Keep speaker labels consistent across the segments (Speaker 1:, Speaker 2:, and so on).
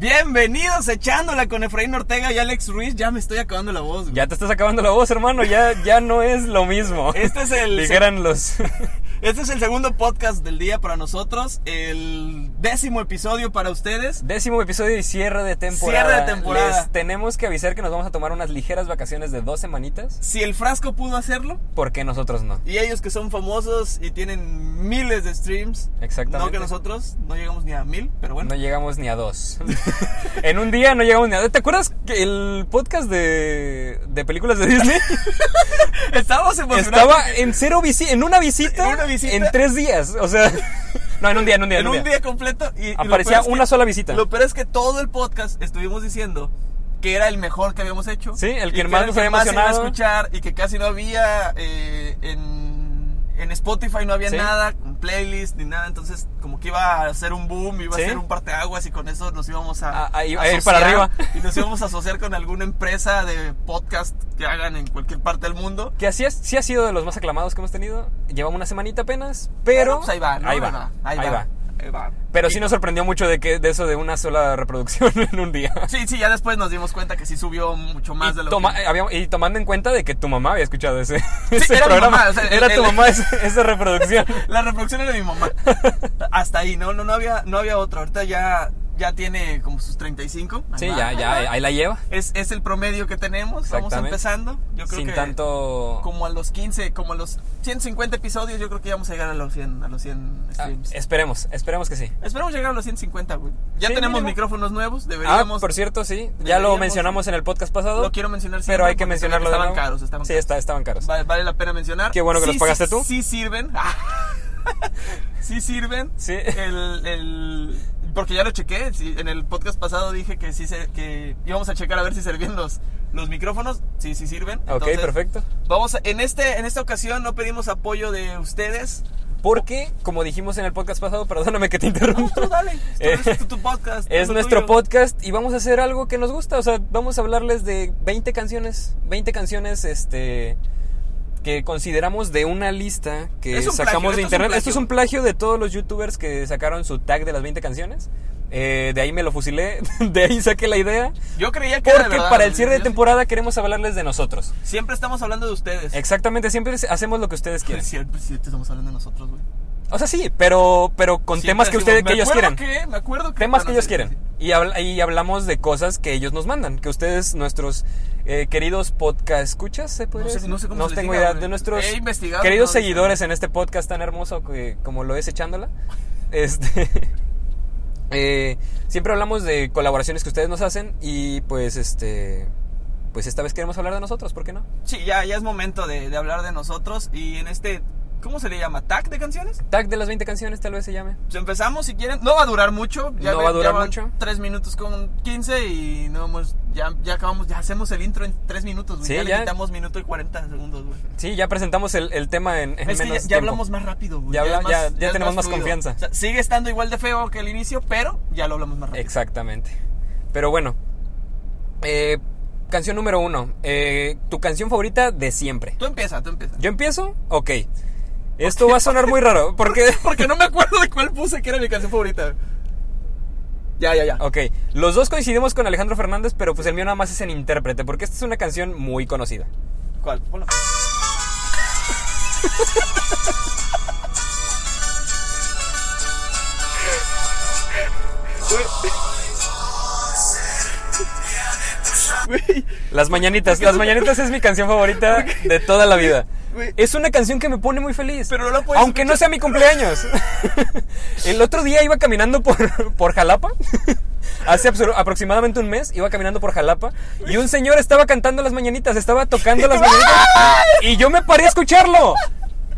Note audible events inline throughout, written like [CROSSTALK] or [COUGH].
Speaker 1: Bienvenidos a echándola con Efraín Ortega y Alex Ruiz. Ya me estoy acabando la voz. güey.
Speaker 2: Ya te estás acabando la voz, hermano. Ya, ya no es lo mismo.
Speaker 1: Este [LAUGHS] es el
Speaker 2: Dijeran los. [LAUGHS]
Speaker 1: Este es el segundo podcast del día para nosotros, el décimo episodio para ustedes.
Speaker 2: Décimo episodio y cierre de temporada.
Speaker 1: Cierre de temporada.
Speaker 2: Les tenemos que avisar que nos vamos a tomar unas ligeras vacaciones de dos semanitas.
Speaker 1: Si el frasco pudo hacerlo,
Speaker 2: ¿Por qué nosotros no?
Speaker 1: y ellos que son famosos y tienen miles de streams,
Speaker 2: Exactamente.
Speaker 1: no que nosotros no llegamos ni a mil, pero bueno.
Speaker 2: No llegamos ni a dos. [LAUGHS] en un día no llegamos ni a dos. ¿Te acuerdas que el podcast de, de películas
Speaker 1: [LAUGHS]
Speaker 2: de Disney
Speaker 1: Estábamos emocionados.
Speaker 2: estaba en cero visi en una visita
Speaker 1: Pues En una visita.
Speaker 2: en tres días? O sea, [LAUGHS] no, en un día, en un día,
Speaker 1: en un día completo y y lo peor
Speaker 2: Aparecía
Speaker 1: es que-
Speaker 2: una sola visita.
Speaker 1: Lo peor es que todo el podcast estuvimos diciendo que era el mejor que habíamos hecho.
Speaker 2: Sí, el
Speaker 1: y
Speaker 2: que más
Speaker 1: era
Speaker 2: nos
Speaker 1: el que
Speaker 2: había
Speaker 1: más iba a
Speaker 2: emocionado.
Speaker 1: escuchar y que casi no había eh, en, en Spotify no había
Speaker 2: Sí.
Speaker 1: nada, con playlist ni nada, entonces como que iba a ser un boom, iba
Speaker 2: Sí.
Speaker 1: a ser un parteaguas y con eso nos íbamos a,
Speaker 2: A- a- a ir para
Speaker 1: asociar
Speaker 2: arriba.
Speaker 1: y
Speaker 2: [LAUGHS]
Speaker 1: nos íbamos a asociar con alguna empresa de podcast que hagan en cualquier parte del mundo.
Speaker 2: Que así es, sí ha sido de los más aclamados que hemos tenido. Llevamos una semanita apenas, pero.
Speaker 1: pues ahí va, ¿no?
Speaker 2: Ahí va.
Speaker 1: ahí, va, ahí va.
Speaker 2: Pero
Speaker 1: Y-
Speaker 2: sí nos sorprendió mucho de, que, de eso de una sola reproducción [LAUGHS] en un día.
Speaker 1: Sí, sí, ya después nos dimos cuenta que sí subió mucho más
Speaker 2: y,
Speaker 1: de lo
Speaker 2: toma-
Speaker 1: que...
Speaker 2: eh, habíamos- y tomando en cuenta de que tu mamá había escuchado ese, ese
Speaker 1: era mi
Speaker 2: programa.
Speaker 1: mamá, o sea,
Speaker 2: era
Speaker 1: el-
Speaker 2: tu
Speaker 1: el-
Speaker 2: mamá ese- esa reproducción.
Speaker 1: La reproducción era de mi
Speaker 2: [LAUGHS]
Speaker 1: mamá. Hasta ahí, no, no, no había, no había otra. Ahorita ya, ya tiene como sus 35. Ahí
Speaker 2: sí,
Speaker 1: va.
Speaker 2: ya, ya, ahí la lleva.
Speaker 1: Es, es el promedio que tenemos. Estamos
Speaker 2: Exactamente.
Speaker 1: empezando. Yo creo
Speaker 2: Sin
Speaker 1: que
Speaker 2: tanto.
Speaker 1: como a los 15, como a los 150 episodios, yo creo que ya vamos a llegar a los 100, a los 100
Speaker 2: Ah,
Speaker 1: streams.
Speaker 2: esperemos, esperemos que sí.
Speaker 1: Esperamos llegar a los 150, güey. Ya
Speaker 2: Sí,
Speaker 1: tenemos
Speaker 2: mínimo.
Speaker 1: micrófonos nuevos,
Speaker 2: Ah,
Speaker 1: deberíamos...
Speaker 2: por cierto, sí. Ya lo
Speaker 1: deberíamos-
Speaker 2: mencionamos en el podcast pasado.
Speaker 1: lo quiero mencionar siempre
Speaker 2: pero hay
Speaker 1: porque
Speaker 2: que mencionarlo de
Speaker 1: Estaban
Speaker 2: nuevo.
Speaker 1: caros, estaban
Speaker 2: Sí,
Speaker 1: caros.
Speaker 2: está- estaban caros.
Speaker 1: Vale, vale la pena mencionar.
Speaker 2: Qué bueno que los pagaste tú.
Speaker 1: Sí sirven. [LAUGHS] sí sirven.
Speaker 2: Sí.
Speaker 1: El, el- porque ya lo chequé. sí, en el podcast pasado dije que sí se- que íbamos a checar a ver si servían los, los micrófonos. Sí, sí sirven.
Speaker 2: Ok,
Speaker 1: Entonces,
Speaker 2: perfecto.
Speaker 1: Vamos a- en, este, en esta ocasión no pedimos apoyo de ustedes.
Speaker 2: Porque, como dijimos en el podcast pasado, perdóname que te
Speaker 1: No,
Speaker 2: interrumpa. [LAUGHS]
Speaker 1: tú dale. tú-
Speaker 2: Eh,
Speaker 1: es tu, tu podcast.
Speaker 2: Es
Speaker 1: lo
Speaker 2: nuestro
Speaker 1: tuyo.
Speaker 2: podcast y vamos a hacer algo que nos gusta. O sea, vamos a hablarles de 20 canciones. 20 canciones, este. Que consideramos de una lista que
Speaker 1: Es un plagio,
Speaker 2: sacamos
Speaker 1: esto es un
Speaker 2: de internet.
Speaker 1: plagio.
Speaker 2: esto es un plagio de todos los youtubers que sacaron su tag de las 20 canciones. Eh, de ahí me lo fusilé, [LAUGHS] de ahí saqué la idea.
Speaker 1: Yo creía que era de
Speaker 2: Porque
Speaker 1: verdad,
Speaker 2: para el
Speaker 1: güey,
Speaker 2: cierre de
Speaker 1: yo-
Speaker 2: temporada queremos hablarles de nosotros.
Speaker 1: Siempre estamos hablando de ustedes.
Speaker 2: Exactamente, siempre hacemos lo que ustedes quieren.
Speaker 1: [LAUGHS] Siempre, siempre estamos hablando de nosotros, güey.
Speaker 2: O sea, sí, pero, pero con
Speaker 1: Siempre
Speaker 2: temas que,
Speaker 1: decimos,
Speaker 2: ustedes, que
Speaker 1: "Me
Speaker 2: ellos
Speaker 1: acuerdo
Speaker 2: quieran.
Speaker 1: que, me acuerdo que.
Speaker 2: temas que
Speaker 1: Bueno,
Speaker 2: ellos
Speaker 1: sí,
Speaker 2: quieren.
Speaker 1: sí.
Speaker 2: Y, habl- y hablamos de cosas que ellos nos mandan, que ustedes, nuestros eh, queridos podcast escuchas, se podría
Speaker 1: No sé-
Speaker 2: decir?
Speaker 1: no sé cómo se les
Speaker 2: tengo
Speaker 1: diga,
Speaker 2: idea
Speaker 1: güey.
Speaker 2: de nuestros
Speaker 1: He investigado,
Speaker 2: queridos
Speaker 1: no,
Speaker 2: seguidores en este podcast tan hermoso que, como lo es echándola. [LAUGHS] Este [LAUGHS] eh, siempre hablamos de colaboraciones que ustedes nos hacen y pues este pues esta vez queremos hablar de nosotros, ¿por qué no?
Speaker 1: Sí, ya, ya es momento de, de hablar de nosotros y en este, ¿cómo se le llama? ¿Tag de canciones?
Speaker 2: Tag de las 20 canciones tal vez se llame.
Speaker 1: Pues empezamos si quieren. No va a durar mucho.
Speaker 2: No
Speaker 1: ve-
Speaker 2: va a durar
Speaker 1: van
Speaker 2: mucho.
Speaker 1: Tres minutos con 15 y no hemos, ya, ya acabamos, ya hacemos el intro en tres minutos, güey.
Speaker 2: Sí,
Speaker 1: ya, le
Speaker 2: ya.
Speaker 1: quitamos minuto y 40 segundos, güey.
Speaker 2: Sí, ya presentamos el, el tema en, en
Speaker 1: Es que ya,
Speaker 2: menos
Speaker 1: ya
Speaker 2: tiempo.
Speaker 1: hablamos más rápido, güey.
Speaker 2: Ya
Speaker 1: es
Speaker 2: habla- ya- ya
Speaker 1: es
Speaker 2: tenemos más
Speaker 1: fluido.
Speaker 2: confianza.
Speaker 1: O sea, sigue estando igual de feo que el inicio, pero ya lo hablamos más rápido.
Speaker 2: Exactamente. Pero bueno, eh, canción número uno. eh, tu canción favorita de siempre.
Speaker 1: Tú empieza, tú empieza.
Speaker 2: ¿Yo empiezo? Ok. Esto va a sonar muy raro. Porque. [LAUGHS]
Speaker 1: [LAUGHS] Porque no me acuerdo de cuál puse que era mi canción favorita. Ya, ya, ya.
Speaker 2: Ok. Los dos coincidimos con Alejandro Fernández, pero pues el mío nada más es en intérprete. Porque esta es una canción muy conocida.
Speaker 1: ¿Cuál? Ponla. Güey,
Speaker 2: Las mañanitas. Las mañanitas es mi
Speaker 1: [LAUGHS]
Speaker 2: canción favorita de toda la vida.
Speaker 1: Güey.
Speaker 2: Es una canción que me pone muy feliz.
Speaker 1: Pero no la puedes
Speaker 2: Aunque no sea
Speaker 1: [LAUGHS]
Speaker 2: mi cumpleaños. El otro día iba caminando por, por Jalapa. [LAUGHS] Hace absor- aproximadamente un mes iba caminando por Jalapa y un señor estaba cantando las mañanitas, estaba tocando las mañanitas y yo me paré a escucharlo.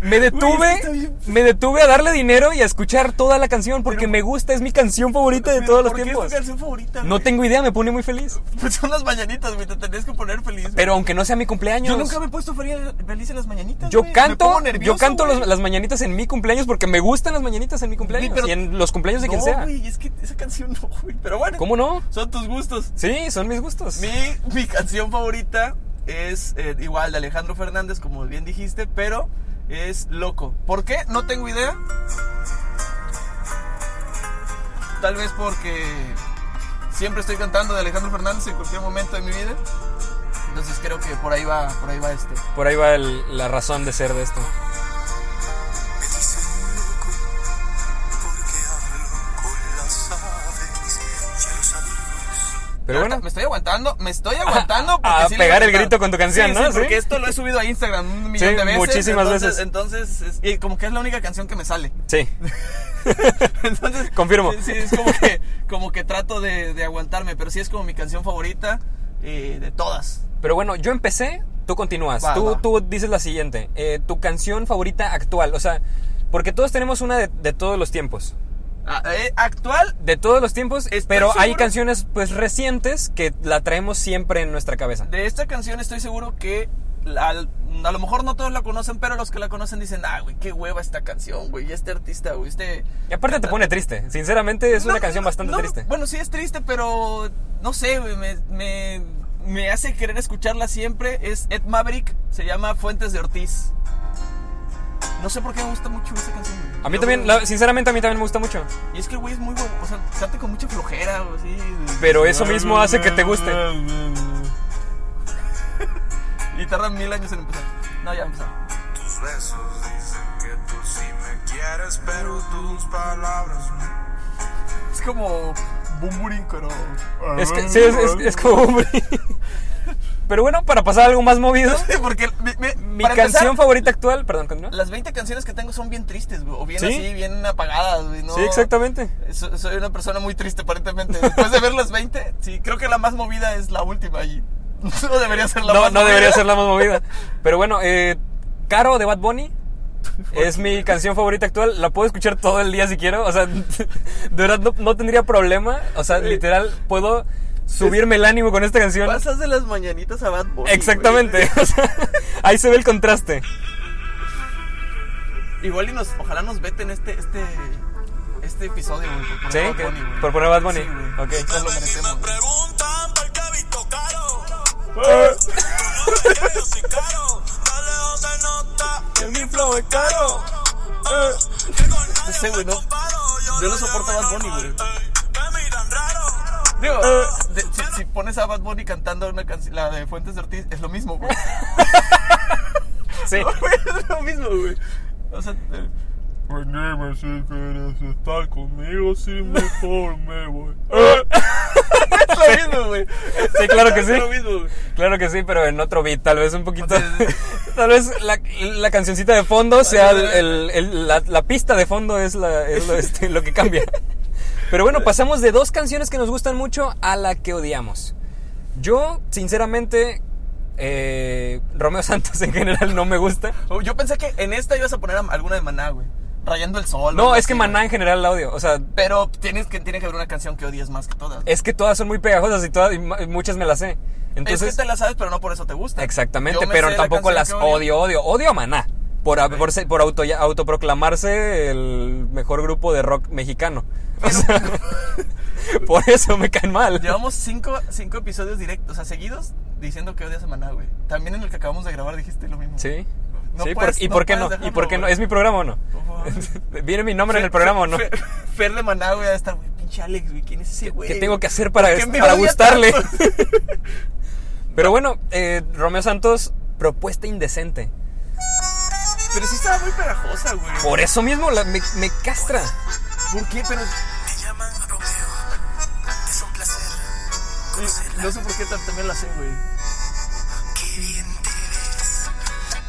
Speaker 2: Me
Speaker 1: Güey, está
Speaker 2: detuve,
Speaker 1: bien.
Speaker 2: me detuve a darle dinero y a escuchar toda la canción porque
Speaker 1: Pero-
Speaker 2: me gusta, es mi canción favorita de todos los
Speaker 1: ¿por qué
Speaker 2: tiempos.
Speaker 1: es tu canción favorita?
Speaker 2: No
Speaker 1: güey?
Speaker 2: tengo idea, me pone muy feliz.
Speaker 1: Pues son las mañanitas, güey. Te tenías que poner feliz. güey.
Speaker 2: Pero aunque no sea mi cumpleaños.
Speaker 1: yo nunca me he puesto fel- feliz en las mañanitas.
Speaker 2: Yo
Speaker 1: güey. Me
Speaker 2: canto,
Speaker 1: pongo nervioso,
Speaker 2: yo canto
Speaker 1: güey.
Speaker 2: los- las mañanitas en mi cumpleaños porque me gustan las mañanitas en mi cumpleaños
Speaker 1: pero-
Speaker 2: y en los cumpleaños de quien
Speaker 1: No,
Speaker 2: sea.
Speaker 1: güey, es que esa canción no, güey. Pero bueno.
Speaker 2: ¿Cómo no?
Speaker 1: Son tus gustos.
Speaker 2: Sí, son mis gustos.
Speaker 1: Mi, mi canción favorita es eh, igual de Alejandro Fernández, como bien dijiste, pero es Loco. ¿Por qué? No tengo idea. Tal vez porque Siempre estoy cantando de Alejandro Fernández en cualquier momento de mi vida. Entonces creo que por ahí va, por ahí va este.
Speaker 2: Por ahí va el- la razón de ser de esto.
Speaker 3: Me dicen loco porque hablo con las aves y a los amigos.
Speaker 2: Pero
Speaker 1: Ahorita
Speaker 2: bueno,
Speaker 1: Me estoy aguantando, me estoy aguantando. porque
Speaker 2: a
Speaker 1: sí le
Speaker 2: pegar
Speaker 1: voy
Speaker 2: el
Speaker 1: dar.
Speaker 2: grito con tu canción,
Speaker 1: Sí,
Speaker 2: ¿no?
Speaker 1: sí,
Speaker 2: ¿Sí?
Speaker 1: porque esto lo he subido a Instagram un millón
Speaker 2: Sí,
Speaker 1: de veces.
Speaker 2: muchísimas
Speaker 1: entonces-
Speaker 2: veces.
Speaker 1: Entonces, es- y como que es la única canción que me sale. [LAUGHS]
Speaker 2: sí.
Speaker 1: Entonces,
Speaker 2: Confirmo.
Speaker 1: [LAUGHS] Sí, sí, es como que, como que trato de, de aguantarme, pero sí es como mi canción favorita eh, de todas.
Speaker 2: Pero bueno, yo empecé, tú continúas.
Speaker 1: Va,
Speaker 2: tú,
Speaker 1: va.
Speaker 2: tú dices la siguiente. eh, tu canción favorita actual, o sea, porque todos tenemos una de, de todos los tiempos.
Speaker 1: Ah, eh, actual,
Speaker 2: De todos los tiempos,
Speaker 1: ¿Estás
Speaker 2: pero hay
Speaker 1: seguro?
Speaker 2: canciones pues recientes que la traemos siempre en nuestra cabeza.
Speaker 1: de esta canción estoy seguro que la- a lo mejor no todos la conocen, pero los que la conocen dicen, ah, güey, qué hueva esta canción, güey, y este artista, güey, este...
Speaker 2: Y aparte te pone triste. Sinceramente es
Speaker 1: No,
Speaker 2: una canción
Speaker 1: no,
Speaker 2: bastante
Speaker 1: no,
Speaker 2: triste.
Speaker 1: Bueno, sí es triste, pero no sé, güey, me, me, me hace querer escucharla siempre. Es Ed Maverick, se llama Fuentes de Ortiz. No sé por qué me gusta mucho esa canción. güey.
Speaker 2: a mí
Speaker 1: Luego-
Speaker 2: también, la- sinceramente a mí también me gusta mucho.
Speaker 1: Y es que el güey es muy bueno, o sea, canta con mucha flojera, o así.
Speaker 2: Pero eso mismo hace que te guste.
Speaker 1: Y tarda mil años en empezar. No, ya empezó.
Speaker 3: Tus besos dicen que tú sí me quieres, pero tus palabras no.
Speaker 1: Es como Bumburín, pero. ah.
Speaker 2: Es que, sí, es, es- es como hombre. [LAUGHS] Pero bueno, para pasar a algo más
Speaker 1: [LAUGHS]
Speaker 2: movido,
Speaker 1: [LAUGHS] Porque mi, mi-
Speaker 2: mi
Speaker 1: para
Speaker 2: canción
Speaker 1: empezar,
Speaker 2: favorita actual, perdón, continúa.
Speaker 1: Las 20 canciones que tengo son bien tristes, güey. O bien
Speaker 2: ¿Sí?
Speaker 1: así, bien apagadas, güey. ¿no?
Speaker 2: Sí, exactamente.
Speaker 1: So- soy una persona muy triste, aparentemente. Después de ver las 20, sí, creo que la más movida es la última. Y [LAUGHS] no debería ser la
Speaker 2: No,
Speaker 1: más
Speaker 2: no
Speaker 1: movida.
Speaker 2: debería
Speaker 1: [LAUGHS]
Speaker 2: ser la más movida. Pero bueno, eh, Caro de Bad Bunny es mi canción favorita actual. La puedo escuchar todo el día si quiero. O sea, [LAUGHS] de verdad no, no tendría problema. O sea, literal, puedo subirme el ánimo con esta canción.
Speaker 1: Pasas de las mañanitas a Bad Bunny.
Speaker 2: Exactamente. [LAUGHS]
Speaker 1: güey.
Speaker 2: O sea, ahí se ve el contraste.
Speaker 1: Igual y nos, ojalá nos veten este, este, este episodio, güey. Por
Speaker 2: ¿Sí?
Speaker 1: poner Bad
Speaker 2: que-
Speaker 1: Bunny, güey.
Speaker 2: Por poner Bad Bunny.
Speaker 1: Sí, güey.
Speaker 2: Ok. Eh,
Speaker 1: Nos lo merecemos. güey.
Speaker 3: preguntan por qué he visto caro.
Speaker 1: Eh.
Speaker 3: Yo soy caro, dale lejos se nota.
Speaker 2: Que mi flow es caro.
Speaker 3: Eh.
Speaker 1: No sé, güey, no. Yo no soporto a Bad Bunny, güey.
Speaker 3: Me miran raro.
Speaker 1: Digo,
Speaker 2: eh,
Speaker 1: de- si, si pones a Bad Bunny cantando una canción, la de Fuentes de Ortiz, es lo mismo,
Speaker 2: [LAUGHS]
Speaker 1: güey. [LAUGHS]
Speaker 2: Sí.
Speaker 1: es lo mismo, güey. O sea, eh,
Speaker 4: Pues dime si quieres estar conmigo, si mejor me voy.
Speaker 1: es lo mismo, güey.
Speaker 2: Sí, claro que sí.
Speaker 1: Es lo mismo, güey.
Speaker 2: Claro que sí, pero en otro beat, tal vez un poquito.
Speaker 1: Entonces-
Speaker 2: [LAUGHS] tal vez la, la cancioncita de fondo sea el- el- el- la, la pista de fondo es, la- es lo, este, lo que cambia. Pero bueno, pasamos de dos canciones que nos gustan mucho a la que odiamos. Yo, sinceramente, eh, Romeo [LAUGHS] Santos en general no me gusta.
Speaker 1: Oh, Yo pensé que en esta ibas a poner a- alguna de Maná, güey. Rayando el sol. o
Speaker 2: No,
Speaker 1: algo
Speaker 2: es que
Speaker 1: así, güey.
Speaker 2: Maná en general la odio. O sea,
Speaker 1: Pero tienes que, tiene que haber una canción que odies más que todas.
Speaker 2: es que todas son muy pegajosas y, todas, y ma- y muchas me las sé. Entonces,
Speaker 1: es que te la sabes, pero no por eso te gusta.
Speaker 2: Exactamente,
Speaker 1: Yo me
Speaker 2: pero
Speaker 1: sé la
Speaker 2: tampoco
Speaker 1: canción
Speaker 2: las
Speaker 1: que odio.
Speaker 2: odio, odio. Odio a Maná por, a- por, se- por auto, autoproclamarse el mejor grupo de rock mexicano. O sea, [LAUGHS] por eso me caen mal.
Speaker 1: Llevamos cinco, cinco episodios directos, o sea, seguidos, diciendo que odias a Maná, güey. También en el que acabamos de grabar dijiste lo mismo.
Speaker 2: Sí.
Speaker 1: No
Speaker 2: sí,
Speaker 1: puedes-
Speaker 2: por- ¿Y
Speaker 1: no
Speaker 2: por qué no?
Speaker 1: puedes
Speaker 2: ¿Y
Speaker 1: dejarlo,
Speaker 2: por qué no?
Speaker 1: güey.
Speaker 2: ¿Es mi programa o no? [LAUGHS]
Speaker 1: Por favor.
Speaker 2: ¿Viene mi nombre en el programa o no?
Speaker 1: Fer, Fer de Maná, güey, a estar, güey, pinche Alex, güey, ¿quién es ese güey?
Speaker 2: ¿Qué tengo que hacer para,
Speaker 1: ¿Por qué me
Speaker 2: para
Speaker 1: odia
Speaker 2: gustarle?
Speaker 1: tanto? [LAUGHS]
Speaker 2: [LAUGHS] Pero bueno, eh, Romeo Santos, propuesta indecente.
Speaker 1: Pero sí estaba muy pegajosa, güey.
Speaker 2: Por eso mismo la- me, me castra.
Speaker 1: ¿Por qué? Pero
Speaker 3: Me llaman Romeo. Es un placer.
Speaker 1: eh, no sé por qué tan- también la sé, güey.
Speaker 3: Qué bien te ves.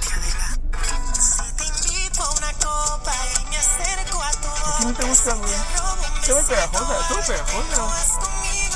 Speaker 3: Te adelanto. Si te invito a una copa y me acerco a tu
Speaker 1: ¿Por qué no te gusta, güey?
Speaker 3: boca,
Speaker 1: Está muy pegajosa, estuvo pegajosa.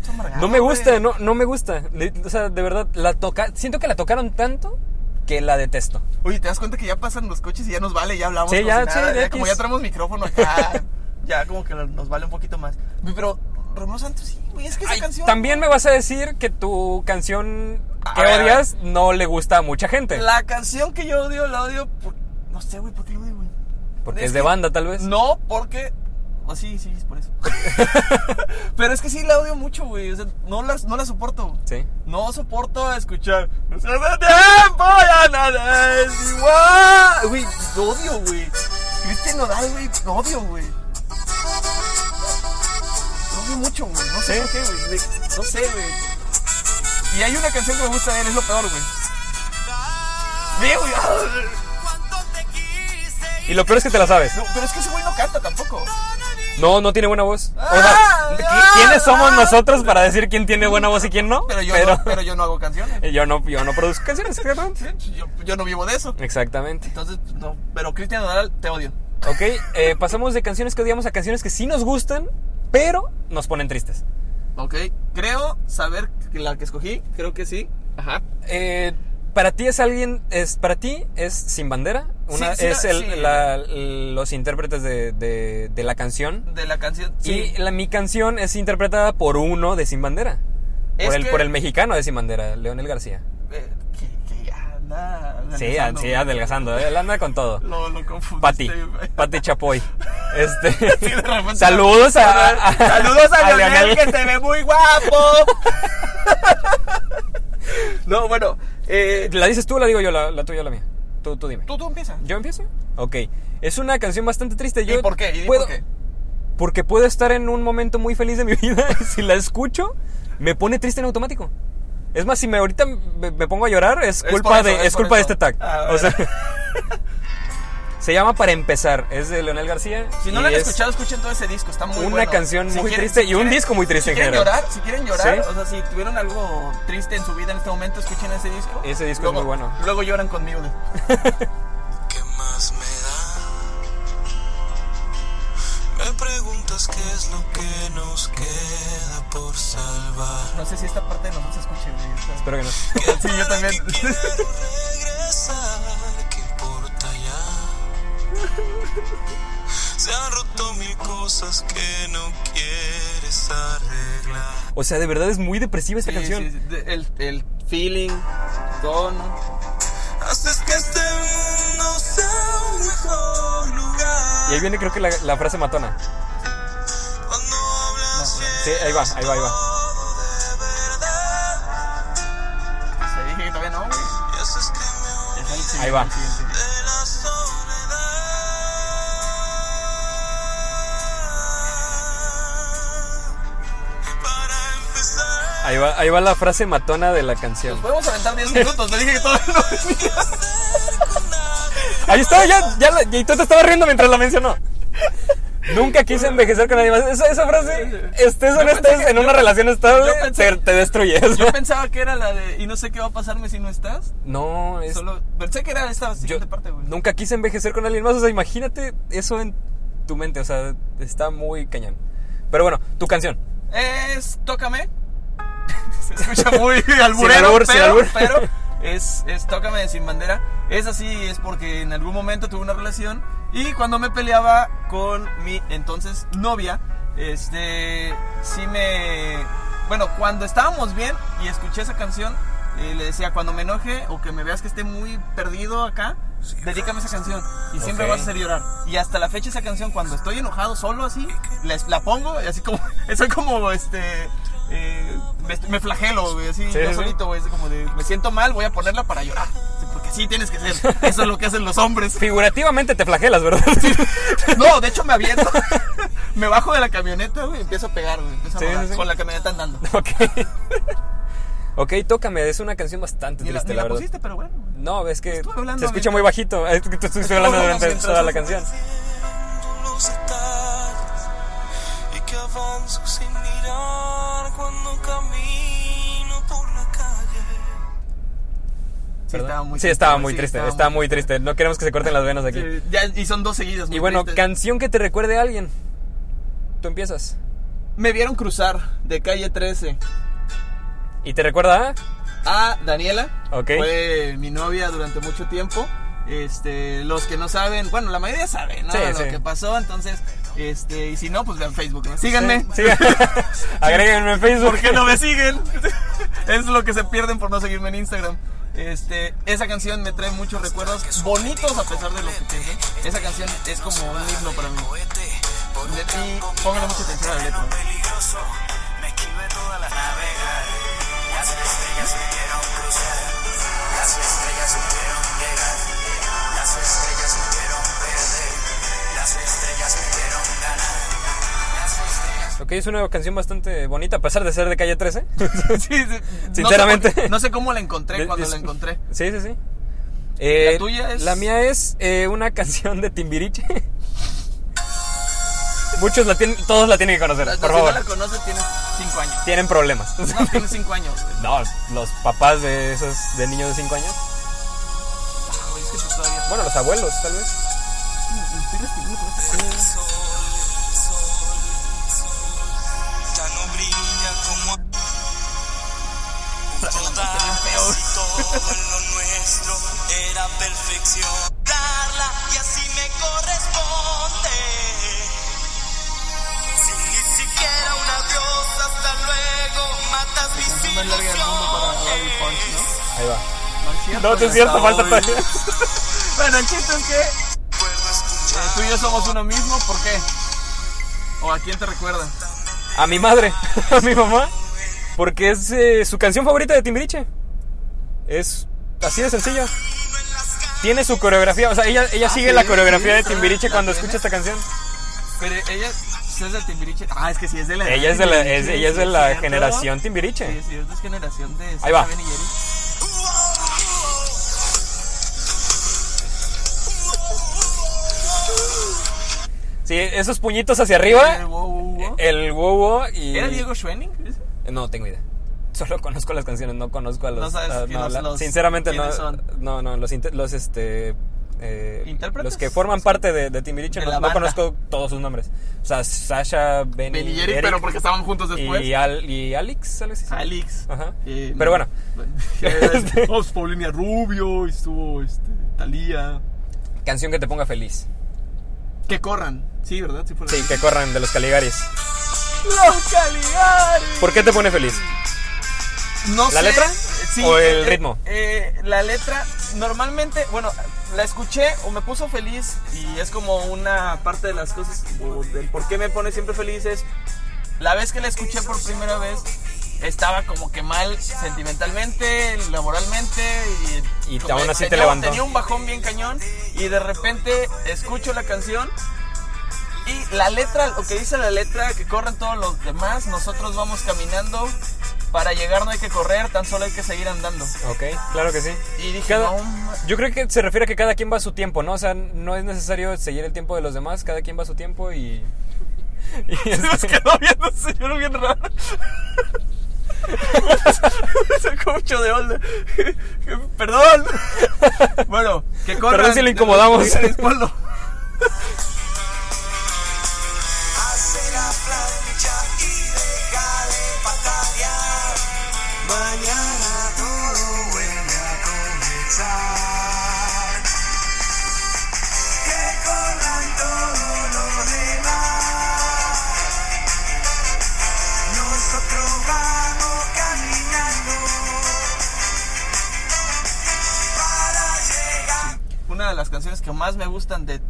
Speaker 1: Está amargada,
Speaker 2: No me gusta,
Speaker 1: güey.
Speaker 2: no, no me gusta. Le- O sea, de verdad, la toca. Siento que la tocaron tanto que la detesto.
Speaker 1: Oye, ¿te das cuenta que ya pasan los coches y ya nos vale? Ya hablamos.
Speaker 2: Sí,
Speaker 1: como
Speaker 2: ya,
Speaker 1: si nada,
Speaker 2: sí, ya
Speaker 1: ya Como
Speaker 2: X.
Speaker 1: ya traemos micrófono acá.
Speaker 2: [LAUGHS]
Speaker 1: ya como que nos vale un poquito más. Güey, Pero Romeo Santos, sí, güey, es que esa
Speaker 2: Ay,
Speaker 1: canción.
Speaker 2: También me vas a decir que tu canción que
Speaker 1: A ver, a
Speaker 2: odias no le gusta a mucha gente.
Speaker 1: La canción que yo odio, la odio por. No sé, güey, ¿por qué la odio, güey?
Speaker 2: Porque es,
Speaker 1: es
Speaker 2: de
Speaker 1: que-
Speaker 2: banda, tal vez.
Speaker 1: No, porque. oh, sí, sí, es por
Speaker 2: [LAUGHS]
Speaker 1: eso. [LAUGHS] Pero es que sí la odio mucho, güey. O sea, no la, no la soporto.
Speaker 2: Sí.
Speaker 1: No soporto escuchar. No se hace tiempo, ya nada es igual. Güey, lo odio, güey. Cristian Nodal, güey, lo odio, güey. Lo odio mucho, güey. No sé
Speaker 2: Sí.
Speaker 1: por qué, güey. de- No sé, güey. Y hay una canción que me gusta de él, es lo peor, güey. Ve, güey. ah,
Speaker 3: Cuánto te quise
Speaker 2: Y lo peor es que te la sabes.
Speaker 1: no, pero es que ese güey no canta tampoco.
Speaker 2: No, no tiene buena voz. O
Speaker 1: Ah,
Speaker 2: sea, ¿qui-
Speaker 1: ah,
Speaker 2: ¿quiénes somos
Speaker 1: ah.
Speaker 2: nosotros para decir quién tiene buena voz y quién no?
Speaker 1: Pero yo, No, pero yo no hago canciones.
Speaker 2: [LAUGHS] yo no, yo no produzco canciones, exactamente.
Speaker 1: Yo, yo no vivo de eso.
Speaker 2: Exactamente.
Speaker 1: Entonces, no. Pero Cristian Nodal, te odio.
Speaker 2: Ok, eh, pasamos de canciones que odiamos a canciones que sí nos gustan, pero nos ponen tristes.
Speaker 1: Ok. Creo saber que la que escogí. Creo que sí. Ajá.
Speaker 2: Eh, para ti es alguien, es para ti es sin bandera. Una,
Speaker 1: Sí, sí,
Speaker 2: es el-
Speaker 1: sí.
Speaker 2: la- los intérpretes de, de- de la canción.
Speaker 1: De la canción. Sí.
Speaker 2: Y la, mi canción es interpretada por uno de Sin Bandera.
Speaker 1: Es
Speaker 2: Por el,
Speaker 1: que-
Speaker 2: por el mexicano de Sin Bandera, Leonel García.
Speaker 1: eh, que, que anda.
Speaker 2: Sí,
Speaker 1: adelgazando,
Speaker 2: sí,
Speaker 1: güey.
Speaker 2: adelgazando. eh, Él anda
Speaker 1: [LAUGHS]
Speaker 2: con todo.
Speaker 1: Lo, lo confundiste.
Speaker 2: Pati,
Speaker 1: güey.
Speaker 2: Pati
Speaker 1: [LAUGHS]
Speaker 2: Chapoy. Este,
Speaker 1: Sí, de repente-
Speaker 2: [LAUGHS] saludos a, [LAUGHS] a-
Speaker 1: Saludos a, Leonel, que
Speaker 2: Leonel.
Speaker 1: se ve muy guapo. no, bueno, eh,
Speaker 2: [LAUGHS] ¿La dices tú o la digo yo? La, la tuya o la mía. Tú, tú dime.
Speaker 1: tú, tú empieza.
Speaker 2: ¿Yo empiezo? Ok. Es una canción bastante triste. Yo
Speaker 1: ¿Y por qué? ¿Y di
Speaker 2: puedo-
Speaker 1: por qué?
Speaker 2: Porque puedo estar en un momento muy feliz de mi [LAUGHS] vida y si la escucho, me pone triste en automático. Es más, si me ahorita me, me pongo a llorar, es
Speaker 1: Es
Speaker 2: culpa,
Speaker 1: por eso,
Speaker 2: de,
Speaker 1: es
Speaker 2: es
Speaker 1: por
Speaker 2: culpa de
Speaker 1: eso.
Speaker 2: este tag.
Speaker 1: Ah,
Speaker 2: o sea,
Speaker 1: bueno.
Speaker 2: [LAUGHS] se llama Para Empezar. Es de Leonel García.
Speaker 1: Si no
Speaker 2: y
Speaker 1: la han
Speaker 2: es-
Speaker 1: escuchado, escuchen todo ese disco, está muy
Speaker 2: Una
Speaker 1: bueno.
Speaker 2: canción muy
Speaker 1: quieren-
Speaker 2: triste y un
Speaker 1: quieren-
Speaker 2: disco muy triste
Speaker 1: si
Speaker 2: en
Speaker 1: quieren
Speaker 2: general.
Speaker 1: llorar, si quieren llorar,
Speaker 2: Sí.
Speaker 1: o sea, si tuvieron algo triste en su vida en este momento, escuchen ese disco.
Speaker 2: Ese disco es
Speaker 1: Luego-
Speaker 2: muy bueno.
Speaker 1: Luego lloran conmigo. de-
Speaker 3: ¿Qué más me da? Me preguntas qué es lo que nos queda por salvar.
Speaker 1: No sé si esta parte de nosotros se escuche. güey, o sea.
Speaker 2: Espero que no.
Speaker 1: [LAUGHS] Sí, yo también.
Speaker 3: Que [LAUGHS] quiero regresar, ¿qué importa ya? Se han roto mil cosas que no quieres arreglar.
Speaker 2: O sea, de verdad es muy depresiva esta
Speaker 1: Sí,
Speaker 2: canción.
Speaker 1: sí, sí, de- el, el feeling, tono.
Speaker 3: Haces que este mundo sea un mejor lugar.
Speaker 2: Y ahí viene creo que la, la frase matona.
Speaker 3: Cuando hablas
Speaker 2: Sí, ahí va, ahí va, ahí va.
Speaker 3: de verdad.
Speaker 1: Sí, todavía no, güey.
Speaker 3: Y haces que me
Speaker 1: Ya sale el
Speaker 2: Ahí
Speaker 1: siguiente,
Speaker 2: va.
Speaker 1: el siguiente.
Speaker 3: olvide la soledad. Para empezar.
Speaker 2: Ahí va, ahí va la frase matona de la canción.
Speaker 1: Nos podemos aventar 10 minutos, te dije que todavía no.
Speaker 2: [LAUGHS] Ahí estaba, ya, ya la- y tú te estabas riendo mientras la mencionó. Nunca quise envejecer con nadie más. Esa, esa frase, estés o no estés en una relación estable,
Speaker 1: yo pensé-
Speaker 2: te, te destruyes.
Speaker 1: Yo pensaba que era la de y no sé qué va a pasarme si no estás.
Speaker 2: no, es.
Speaker 1: Solo pensé que era esta
Speaker 2: yo
Speaker 1: siguiente parte, güey.
Speaker 2: nunca quise envejecer con alguien más. O sea, imagínate eso en tu mente. O sea, está muy cañón. Pero bueno, tu canción.
Speaker 1: Es Tócame. [LAUGHS] Se
Speaker 2: [LAUGHS]
Speaker 1: escucha muy alburero,
Speaker 2: albur, sin
Speaker 1: pero,
Speaker 2: albur. [LAUGHS]
Speaker 1: pero es, es Tócame de Sin Bandera. Es así, es porque en algún momento tuve una relación y cuando me peleaba con mi entonces novia, este, sí me... Bueno, cuando estábamos bien y escuché esa canción, eh, le decía, cuando me enoje o que me veas que esté muy perdido acá, dedícame esa canción y siempre
Speaker 2: Ok.
Speaker 1: vas a hacer llorar. Y hasta la fecha esa canción, cuando estoy enojado solo así, la, la pongo y así como, [LAUGHS] soy como este... eh, me, me flagelo, güey, así
Speaker 2: Sí,
Speaker 1: yo
Speaker 2: sí.
Speaker 1: solito, güey, es como de, me siento mal, voy a ponerla para llorar. Sí, Porque sí tienes que hacer, eso es lo que hacen los hombres. [LAUGHS]
Speaker 2: Figurativamente te flagelas, ¿verdad? [LAUGHS]
Speaker 1: No, de hecho me aviento, [LAUGHS] me bajo de la camioneta, güey, empiezo a pegar, güey, empiezo a
Speaker 2: Sí, sí,
Speaker 1: rodar
Speaker 2: sí.
Speaker 1: con la camioneta andando.
Speaker 2: ok. Ok, tócame. Es una canción bastante
Speaker 1: Ni la,
Speaker 2: triste,
Speaker 1: ni la
Speaker 2: la, verdad.
Speaker 1: pusiste, pero bueno.
Speaker 2: No, es que
Speaker 1: Estuve hablando
Speaker 2: se escucha
Speaker 1: mientras-
Speaker 2: muy bajito. Es que te estoy hablando
Speaker 1: hablando
Speaker 2: durante
Speaker 1: mientras
Speaker 2: toda la
Speaker 1: haces-
Speaker 2: canción.
Speaker 3: Los detalles y que avanzo sin mirar cuando camino por la calle.
Speaker 1: Sí,
Speaker 2: ¿verdad?
Speaker 1: estaba muy
Speaker 2: Sí, estaba muy
Speaker 1: sí,
Speaker 2: triste,
Speaker 1: estaba
Speaker 2: estaba muy triste. No queremos que se corten las venas aquí.
Speaker 1: Sí, ya, y son dos seguidas. muy
Speaker 2: y bueno,
Speaker 1: tristes.
Speaker 2: canción que te recuerde a alguien. Tú empiezas.
Speaker 1: me vieron cruzar de calle 13
Speaker 2: ¿Y te recuerda a?
Speaker 1: a Daniela.
Speaker 2: Ok.
Speaker 1: Fue mi novia durante mucho tiempo. Este, los que no saben, bueno, la mayoría sabe, ¿no?
Speaker 2: Sí,
Speaker 1: lo
Speaker 2: sí.
Speaker 1: que pasó, entonces, este, y si no, pues vean Facebook, ¿no? Síganme.
Speaker 2: Sí. [LAUGHS] Agréguenme en Facebook.
Speaker 1: ¿Por qué no me siguen? [LAUGHS] es lo que se pierden por no seguirme en Instagram. Este, esa canción me trae muchos recuerdos bonitos a pesar de lo que te Esa canción es como un himno para mí.
Speaker 3: Vete por un
Speaker 1: Y pónganle mucha atención a la letra.
Speaker 2: [LAUGHS]
Speaker 3: terreno peligroso, me esquivé todas las navegas. Las estrellas supieron cruzar, las estrellas supieron llegar, las estrellas supieron perder, las estrellas supieron ganar. Las estrellas
Speaker 2: Ok, que es una canción bastante bonita, a pesar de ser de
Speaker 1: [LAUGHS]
Speaker 2: calle 13.
Speaker 1: Sí, sí.
Speaker 2: Sinceramente.
Speaker 1: No sé, por- no sé cómo la encontré
Speaker 2: De-
Speaker 1: cuando
Speaker 2: es-
Speaker 1: la encontré.
Speaker 2: Sí, sí, sí. Eh,
Speaker 1: ¿La tuya es?
Speaker 2: La mía es eh, una canción de Timbiriche. [LAUGHS] Muchos la tienen, todos la tienen que conocer,
Speaker 1: Si
Speaker 2: por
Speaker 1: no
Speaker 2: favor.
Speaker 1: la conoces, tienes 5 años.
Speaker 2: Tienen problemas.
Speaker 1: No, tienes 5 años. güey.
Speaker 2: No, los papás de esos de niños de 5 años.
Speaker 1: Ah, güey, es que tú todavía.
Speaker 2: Bueno, los abuelos, tal vez.
Speaker 3: Sol, sol, sol, ya no brilla como Todas y todo en lo nuestro era perfeccionarla y así me corresponde. Sin ni siquiera un adiós, hasta luego, matas mis
Speaker 1: canción más larga del mundo para dar el punch,
Speaker 3: ilusiones.
Speaker 1: [LAUGHS]
Speaker 2: Ahí va.
Speaker 1: No,
Speaker 2: No, no es cierto,
Speaker 1: hasta
Speaker 2: falta
Speaker 1: hoy.
Speaker 2: todavía.
Speaker 1: Bueno, el chiste es que eh,
Speaker 3: Puedo escuchar
Speaker 1: tú y yo somos uno mismo, ¿por qué? ¿O a quién te recuerda?
Speaker 2: A mi madre, [LAUGHS] a mi mamá, porque es eh, su canción favorita de Timbiriche. Es así de sencilla. Tiene su coreografía, o sea, ella, ella sigue
Speaker 1: Ah, sí,
Speaker 2: la coreografía
Speaker 1: sí,
Speaker 2: de
Speaker 1: sí,
Speaker 2: Timbiriche
Speaker 1: la
Speaker 2: cuando
Speaker 1: tiene.
Speaker 2: escucha esta canción.
Speaker 1: Pero ella ¿sí es de Timbiriche. Ah, es que sí, es de la.
Speaker 2: Ella es de la, es-
Speaker 1: Timbiriche,
Speaker 2: ella es de
Speaker 1: sí,
Speaker 2: la
Speaker 1: cierto.
Speaker 2: generación
Speaker 1: Sí,
Speaker 2: Timbiriche.
Speaker 1: sí, es de generación de.
Speaker 2: Ahí va.
Speaker 1: Ben y Jerry.
Speaker 2: Sí, esos puñitos hacia arriba,
Speaker 1: Eh, Wow, wow, wow.
Speaker 2: el wow wow y...
Speaker 1: ¿Era Diego Schwenning? ese?
Speaker 2: No, tengo idea. [LAUGHS] Solo conozco las canciones, no conozco a los...
Speaker 1: No sabes
Speaker 2: a-
Speaker 1: quién los-
Speaker 2: la-
Speaker 1: los-
Speaker 2: sinceramente no,
Speaker 1: quiénes son.
Speaker 2: no, no, los, inte- los este... eh,
Speaker 1: ¿Intérpretes?
Speaker 2: los que forman parte de, de Timbiriche,
Speaker 1: De
Speaker 2: no,
Speaker 1: la
Speaker 2: no
Speaker 1: banda.
Speaker 2: conozco todos sus nombres. O sea, Sasha, Benny,
Speaker 1: Ben y Jerry,
Speaker 2: Eric
Speaker 1: pero porque estaban juntos después.
Speaker 2: y, Al- y Alex, algo así.
Speaker 1: Alex.
Speaker 2: Ajá.
Speaker 1: Eh, [LAUGHS]
Speaker 2: Pero bueno. Este-
Speaker 1: No, pues, Paulina Rubio, y estuvo este, Talía.
Speaker 2: Canción que te
Speaker 1: [LAUGHS]
Speaker 2: ponga feliz.
Speaker 1: Que corran. Sí, ¿verdad? Sí, fue la-
Speaker 2: Sí, que corran de los Caligaris.
Speaker 1: Los Caligaris.
Speaker 2: ¿Por qué te pone feliz?
Speaker 1: No
Speaker 2: ¿La
Speaker 1: sé,
Speaker 2: letra?
Speaker 1: sí,
Speaker 2: ¿O el
Speaker 1: eh,
Speaker 2: ritmo?
Speaker 1: eh, la letra, normalmente, bueno, la escuché o me puso feliz y es como una parte de las cosas, o del por qué me pone siempre feliz es, la vez que la escuché por primera vez, estaba como que mal sentimentalmente, laboralmente y...
Speaker 2: Y
Speaker 1: como
Speaker 2: aún
Speaker 1: que
Speaker 2: así te
Speaker 1: tenía-
Speaker 2: levantó.
Speaker 1: Tenía un bajón bien cañón y de repente escucho la canción y la letra, lo que dice la letra, que corren todos los demás, nosotros vamos caminando. Para llegar no hay que correr, tan solo hay que seguir andando.
Speaker 2: Ok, claro que sí.
Speaker 1: Y dije,
Speaker 2: Cada-
Speaker 1: no, ma-
Speaker 2: yo creo que se refiere a que cada quien va a su tiempo, ¿no? O sea, no es necesario seguir el tiempo de los demás, cada quien va a su tiempo y... y
Speaker 1: se
Speaker 2: este-
Speaker 1: quedó viendo el señor bien raro. Sacó mucho de onda. Perdón. Bueno, que corran.
Speaker 2: Perdón si lo incomodamos.
Speaker 1: Ponlo.
Speaker 3: Hace la plancha y deja de batallar. Mañana todo vuelve a comenzar. Que corran todo lo demás. Nosotros vamos caminando para llegar.
Speaker 1: Una de las canciones que más me gustan de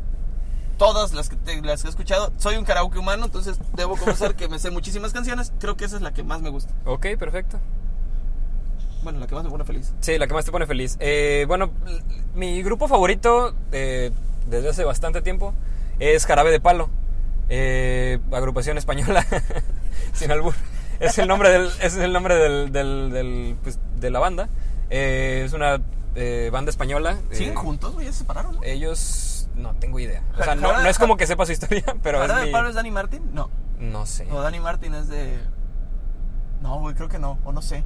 Speaker 1: todas las que, te- las que he escuchado. Soy un karaoke humano, entonces debo confesar que me sé muchísimas canciones. Creo que esa es la que más me gusta.
Speaker 2: Ok, perfecto.
Speaker 1: Bueno, la que más me pone feliz.
Speaker 2: Sí, la que más te pone feliz. Eh, bueno, l- mi grupo favorito eh, desde hace bastante tiempo es Jarabe de Palo, eh, agrupación española, [LAUGHS] sin albur. Es el nombre del, es el nombre del, del- del, pues, de la banda. Eh, es una eh, banda española. eh,
Speaker 1: ¿Siguen juntos, güey? ¿Ya se separaron, no?
Speaker 2: Ellos no tengo idea. O sea,
Speaker 1: Jarabe-
Speaker 2: no, no es como que sepa su historia, [LAUGHS] pero es
Speaker 1: ¿Jarabe de
Speaker 2: mi-
Speaker 1: Palo es Oh. Danny Martin? No.
Speaker 2: no sé.
Speaker 1: O Danny Martin es de. No, güey, creo que no. O no sé.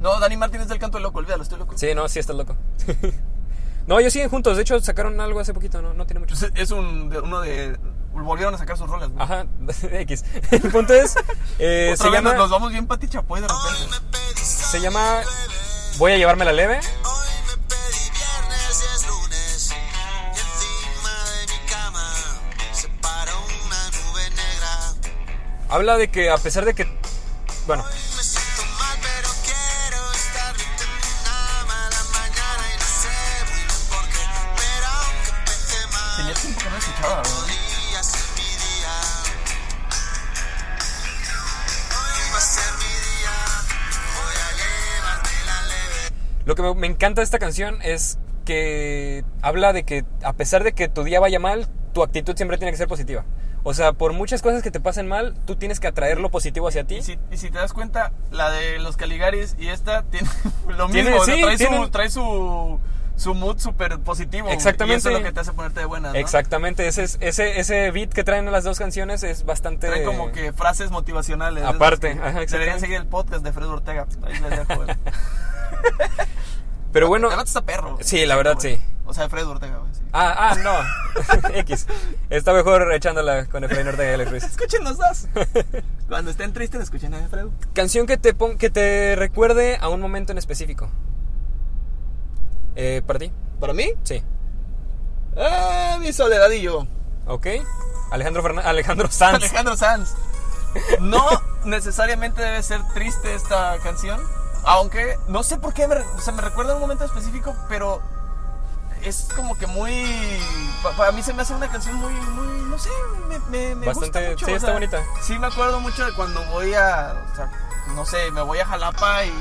Speaker 1: No, Danny Martin es del canto del loco, olvídalo, estoy loco.
Speaker 2: Sí, no, sí estás loco. [LAUGHS] no, ellos siguen juntos. De hecho, sacaron algo hace poquito. No, no tiene mucho.
Speaker 1: Entonces, Pues es un, de- uno de. Volvieron a sacar sus rolas, güey.
Speaker 2: Ajá, [LAUGHS] X. El
Speaker 1: [LAUGHS]
Speaker 2: punto es, Ah, eh,
Speaker 1: Otra
Speaker 2: se,
Speaker 1: vez
Speaker 2: llama,
Speaker 1: nos, nos vamos bien Pati Chapoy de repente.
Speaker 2: se llama Voy a llevarme la leve.
Speaker 3: Hoy me pedí viernes y es lunes y encima de mi cama se para una nube negra.
Speaker 2: Habla de que a pesar de que, bueno,
Speaker 3: Me siento mal pero quiero estar bien terminada mala mañana y no sé muy bien por qué, pero aunque empecé mal
Speaker 1: Tenía tiempo que no escuchaba, güey.
Speaker 3: podía ser mi día. Hoy va a ser mi día, voy a llevarte la leve.
Speaker 2: lo que me, me encanta de esta canción es que habla de que a pesar de que tu día vaya mal, tu actitud siempre tiene que ser positiva. O sea, por muchas cosas que te pasen mal, tú tienes que atraer lo positivo hacia ti.
Speaker 1: Y si, y si te das cuenta, la de los Caligaris y esta tiene [LAUGHS] lo mismo.
Speaker 2: Tiene-
Speaker 1: o sea,
Speaker 2: sí,
Speaker 1: trae, su,
Speaker 2: tienen-
Speaker 1: trae su, su mood súper positivo. güey,
Speaker 2: Exactamente.
Speaker 1: Y eso es lo que te hace ponerte de buenas. ¿no?
Speaker 2: Exactamente, ese, es- ese, ese beat que traen las dos canciones es bastante...
Speaker 1: Traen como que frases motivacionales. de esas
Speaker 2: Aparte,
Speaker 1: que
Speaker 2: ajá,
Speaker 1: Deberían
Speaker 2: exactamente.
Speaker 1: seguir el podcast de Fred Ortega. Ahí les dejo. güey.
Speaker 2: Pero bueno...
Speaker 1: El vato está perro. güey.
Speaker 2: Sí, la verdad,
Speaker 1: güey.
Speaker 2: sí.
Speaker 1: O sea, Fred Ortega, güey. sí.
Speaker 2: Ah, ah, no. [LAUGHS] X. Está mejor echándola con Efraín Ortega y Alex Ruiz.
Speaker 1: Escuchen los dos. [LAUGHS] Cuando estén tristes, escuchen a Fredo.
Speaker 2: Canción que te, pon- que te recuerde a un momento en específico. Eh, ¿Para ti?
Speaker 1: ¿Para mí?
Speaker 2: Sí.
Speaker 1: Ah, mi soledad y yo.
Speaker 2: ¿Ok? Alejandro, Fernan- Alejandro Sanz.
Speaker 1: Alejandro Sanz. No necesariamente debe ser triste esta canción. Aunque no sé por qué, me, re- o sea, me recuerda a un momento específico, pero es como que muy. pa- para mí se me hace una canción muy, muy no sé, me, me, me gusta
Speaker 2: Bastante-
Speaker 1: mucho.
Speaker 2: sí,
Speaker 1: o
Speaker 2: está
Speaker 1: sea,
Speaker 2: bonita.
Speaker 1: Sí, me acuerdo mucho de cuando voy a. o sea, no sé, me voy a Jalapa y.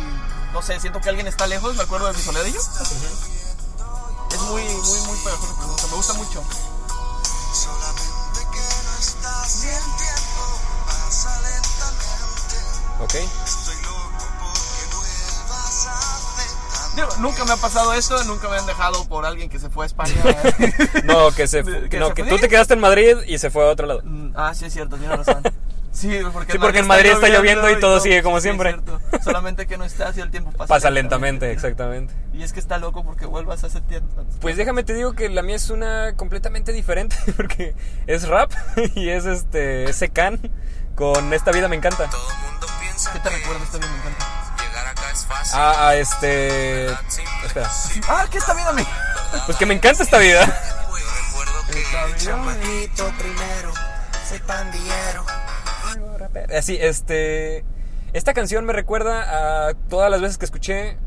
Speaker 1: No sé, siento que alguien está lejos, me acuerdo de mi soledadillo. Es muy, muy, muy pegajoso, o sea, me gusta mucho.
Speaker 3: Solamente que no estás y el tiempo pasa lentamente.
Speaker 2: ¿Ok?
Speaker 3: Estoy loco porque vuelvas a verme.
Speaker 1: Digo, nunca me ha pasado esto, nunca me han dejado por alguien que se fue a España.
Speaker 2: [LAUGHS] No,
Speaker 1: [LAUGHS]
Speaker 2: que, se, fu-
Speaker 1: Que
Speaker 2: no,
Speaker 1: se
Speaker 2: que
Speaker 1: fue.
Speaker 2: tú te quedaste en Madrid y se fue a otro lado.
Speaker 1: Mm, ah, sí, es cierto, tiene razón. Sí, porque,
Speaker 2: Sí, porque en Madrid está lloviendo y todo sigue como
Speaker 1: Sí, es
Speaker 2: siempre.
Speaker 1: cierto. Solamente que no está y el tiempo pasa,
Speaker 2: Pasa lentamente, exactamente.
Speaker 1: Y es que está loco porque vuelvas a ese tiempo.
Speaker 2: Pues déjame te digo que la mía es una completamente diferente [LAUGHS] porque es rap y es este ese can con esta vida me encanta.
Speaker 3: Todo el mundo piensa
Speaker 1: ¿Qué te Ah, recuerda? Está bien, me encanta.
Speaker 3: que llegar acá es fácil.
Speaker 2: A, a Ah, este espera.
Speaker 1: Ah, ¿qué está bien a mí?
Speaker 2: Pues que me encanta esta vida.
Speaker 3: Yo recuerdo
Speaker 1: [LAUGHS] Está bien.
Speaker 3: que chamaquito primero, soy pandillero.
Speaker 2: Así este esta canción me recuerda a todas las veces que escuché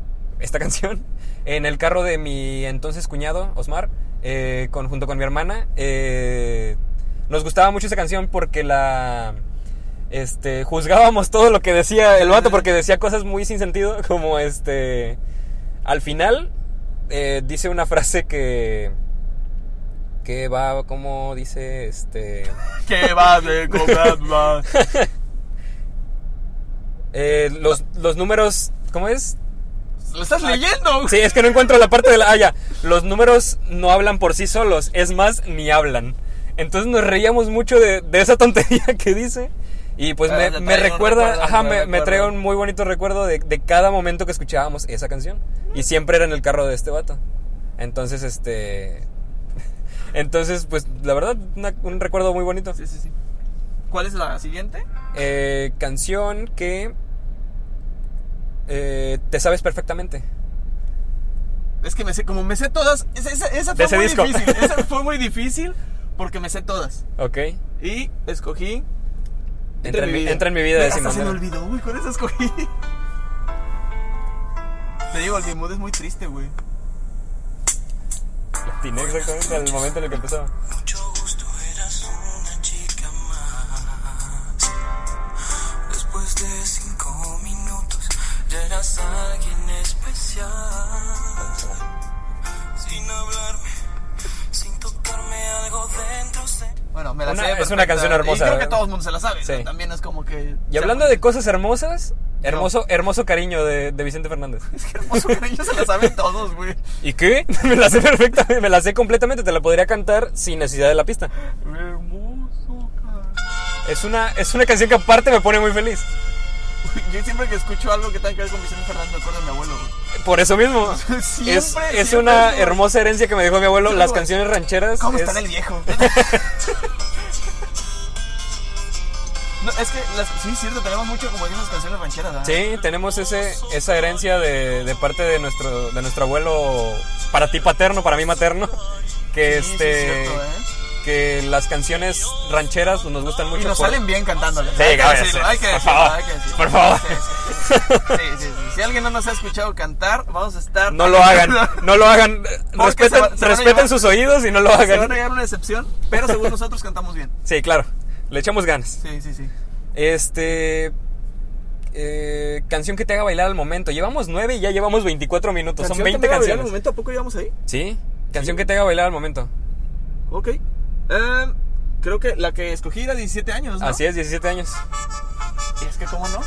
Speaker 2: esta [LAUGHS] canción en el carro de mi entonces cuñado Osmar eh, con, junto con mi hermana. Eh, nos gustaba mucho esa canción porque la este, juzgábamos todo lo que decía el vato porque decía cosas muy sin sentido, [LAUGHS] como este, al final eh, dice una frase que, que va, como dice, este,
Speaker 1: Que va de cobrar más.
Speaker 2: [LAUGHS] eh, los, los números, ¿cómo es?
Speaker 1: ¿Lo estás leyendo?
Speaker 2: Ah, Sí, es que no encuentro la parte de la... Ah, ya. Los números no hablan por sí solos, es más, ni hablan. Entonces nos reíamos mucho de, de esa tontería [LAUGHS] que dice. Y pues
Speaker 1: Ah,
Speaker 2: me,
Speaker 1: te
Speaker 2: me
Speaker 1: trae un
Speaker 2: recuerda,
Speaker 1: recuerdo, te
Speaker 2: ajá, me, me
Speaker 1: recuerdo.
Speaker 2: trae un muy bonito recuerdo de, de cada momento que escuchábamos esa canción. Y siempre era en el carro de este vato. Entonces, este... [LAUGHS] Entonces, pues la verdad, una- un recuerdo muy bonito.
Speaker 1: Sí, sí, sí. ¿Cuál es la siguiente?
Speaker 2: Eh, canción que... eh, te sabes perfectamente.
Speaker 1: Es que me sé, como me sé todas, esa, esa- esa
Speaker 2: De
Speaker 1: fue
Speaker 2: ese
Speaker 1: muy
Speaker 2: disco.
Speaker 1: difícil.
Speaker 2: [LAUGHS]
Speaker 1: Esa fue muy difícil porque me sé todas.
Speaker 2: ¿Ok?
Speaker 1: Y escogí
Speaker 2: Entra en mi, entra en mi vida de
Speaker 1: Hasta
Speaker 2: Simón
Speaker 1: se me
Speaker 2: Mora.
Speaker 1: olvidó, güey, con eso escogí. Te digo, el mood es muy triste, güey.
Speaker 2: Tiene exactamente al momento en el que empezaba.
Speaker 3: Mucho gusto, eras una chica más. Después de cinco minutos, ya eras alguien especial. Sin hablarme, sin tocarme algo dentro. se-
Speaker 1: Bueno, me la
Speaker 2: Una-
Speaker 1: sé.
Speaker 2: es
Speaker 1: perfecta.
Speaker 2: una canción hermosa,
Speaker 1: Y creo que
Speaker 2: ¿verdad?
Speaker 1: todo el mundo se la sabe.
Speaker 2: Sí.
Speaker 1: ¿no? También es como que.
Speaker 2: Y hablando de cosas hermosas, hermoso, hermoso cariño de, de Vicente Fernández.
Speaker 1: [LAUGHS] [LAUGHS] hermoso cariño, se la saben todos, güey.
Speaker 2: ¿Y qué? [LAUGHS] Me la sé perfectamente, me la sé completamente, te la podría cantar sin necesidad de la pista.
Speaker 1: Hermoso cariño.
Speaker 2: Es una, es una canción que aparte me pone muy feliz.
Speaker 1: Yo siempre que escucho algo que tenga que ver con Vicente Fernández me acuerdo de mi abuelo, güey.
Speaker 2: Por eso mismo.
Speaker 1: [LAUGHS] Siempre,
Speaker 2: es, es
Speaker 1: siempre
Speaker 2: una
Speaker 1: es-
Speaker 2: hermosa herencia que me dejó mi abuelo.
Speaker 1: Sí,
Speaker 2: Las
Speaker 1: güey.
Speaker 2: canciones rancheras.
Speaker 1: ¿Cómo
Speaker 2: es-
Speaker 1: está el viejo?
Speaker 2: [LAUGHS]
Speaker 1: No, es que las, sí, es cierto, tenemos mucho como esas canciones rancheras, ¿verdad?
Speaker 2: Sí, tenemos ese, esa herencia de, de parte de nuestro, de nuestro abuelo, para ti paterno, para mí materno, que
Speaker 1: Sí, sí,
Speaker 2: este,
Speaker 1: es cierto, ¿eh?
Speaker 2: que las canciones rancheras pues, nos gustan mucho.
Speaker 1: Y nos
Speaker 2: por-
Speaker 1: salen bien cantándoles.
Speaker 2: Sí,
Speaker 1: hay que
Speaker 2: cabezas,
Speaker 1: decirlo, hay que
Speaker 2: por
Speaker 1: decirlo,
Speaker 2: favor,
Speaker 1: hay que decirlo.
Speaker 2: por favor.
Speaker 1: Sí, sí, sí. Sí, sí, sí. Si alguien no nos ha escuchado cantar, vamos a estar.
Speaker 2: No
Speaker 1: [LAUGHS]
Speaker 2: lo hagan, no lo hagan.
Speaker 1: Porque se
Speaker 2: Respeten,
Speaker 1: va- se van a
Speaker 2: respeten
Speaker 1: llevar-
Speaker 2: sus oídos y no lo
Speaker 1: Se van a
Speaker 2: hagan.
Speaker 1: llegar una decepción, pero según nosotros cantamos bien.
Speaker 2: Sí, claro. Le echamos ganas.
Speaker 1: Sí, sí, sí.
Speaker 2: Este. eh, canción que te haga bailar al momento. Llevamos nueve y ya llevamos 24 minutos. Pues Son 20 canciones.
Speaker 1: momento, Pues ¿a poco llegamos ahí?
Speaker 2: Sí, canción que te haga bailar al momento.
Speaker 1: Ok. Em, Creo que la que escogí era 17 años, ¿no?
Speaker 2: Así es, 17 años. [LAUGHS]
Speaker 1: Y es que, ¿cómo no?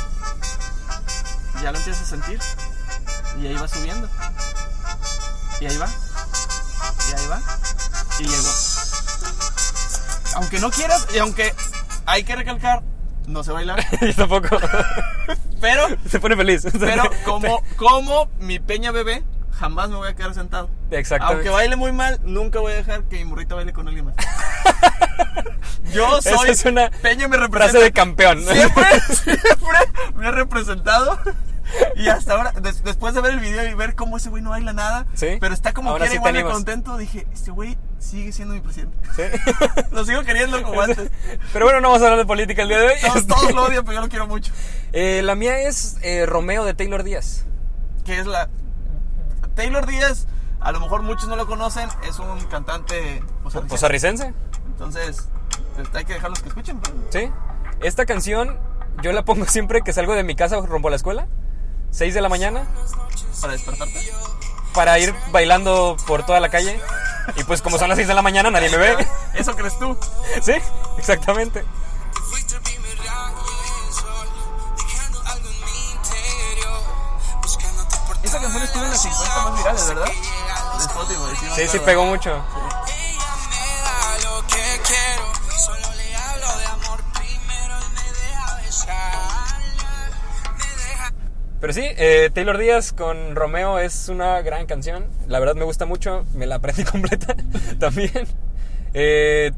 Speaker 1: Ya lo empiezas a sentir. Y ahí va subiendo. Y ahí va. Y ahí va. Y llegó. Aunque no quieras, y aunque hay que recalcar, no sé
Speaker 2: [LAUGHS]
Speaker 1: bailar.
Speaker 2: Yo tampoco.
Speaker 1: Pero,
Speaker 2: Se pone feliz. [LAUGHS]
Speaker 1: pero como, como mi peña bebé, jamás me voy a quedar sentado.
Speaker 2: Exactamente.
Speaker 1: Aunque baile muy mal, nunca voy a dejar que mi morrita baile con
Speaker 2: [LAUGHS]
Speaker 1: alguien más. Yo
Speaker 2: Esa
Speaker 1: soy.
Speaker 2: es una
Speaker 1: Peña me representa.
Speaker 2: Frase de campeón.
Speaker 1: Siempre, [LAUGHS] siempre me ha representado. Y hasta ahora, des- después de ver el video y ver cómo ese güey no baila nada,
Speaker 2: Sí.
Speaker 1: pero está como
Speaker 2: Ahora
Speaker 1: quiera
Speaker 2: sí te
Speaker 1: igual de
Speaker 2: animas.
Speaker 1: contento, dije, este güey sigue siendo mi presidente.
Speaker 2: Sí.
Speaker 1: [LAUGHS] Lo sigo queriendo como antes.
Speaker 2: [LAUGHS] Pero bueno, no vamos a hablar de política el día de hoy.
Speaker 1: Todos,
Speaker 2: Este,
Speaker 1: todos lo odian, pero yo lo quiero mucho.
Speaker 2: [LAUGHS] eh, la mía es eh, Romeo de Taylor Díaz.
Speaker 1: Que es la... Taylor Díaz, a lo mejor muchos no lo conocen, es un cantante... posarricense.
Speaker 2: Costarricense.
Speaker 1: Entonces, pues, hay que dejarlos que escuchen. pues.
Speaker 2: Sí. Esta canción yo la pongo [LAUGHS] siempre que salgo de mi casa o rompo la escuela. 6 de la mañana.
Speaker 1: Para despertarte.
Speaker 2: Para ir bailando por toda la calle. Y pues como son las 6 de la mañana nadie me ve.
Speaker 1: Eso crees tú.
Speaker 2: [LAUGHS] Sí, exactamente.
Speaker 3: Fuiste el primer rayo del sol, dejando algo en mi interior, buscándote por
Speaker 1: Esa canción estuvo en las 50 más virales, ¿verdad? De Spotify. no me
Speaker 2: Sí, sí
Speaker 1: acuerdo.
Speaker 2: pegó mucho.
Speaker 3: Ella me da lo que quiero, solo le hablo de amor primero y me deja besarla, me deja...
Speaker 2: Pero sí, eh, Taylor Díaz con Romeo es una gran canción. La verdad me gusta mucho. Me la aprendí [LAUGHS] completa también. Eh,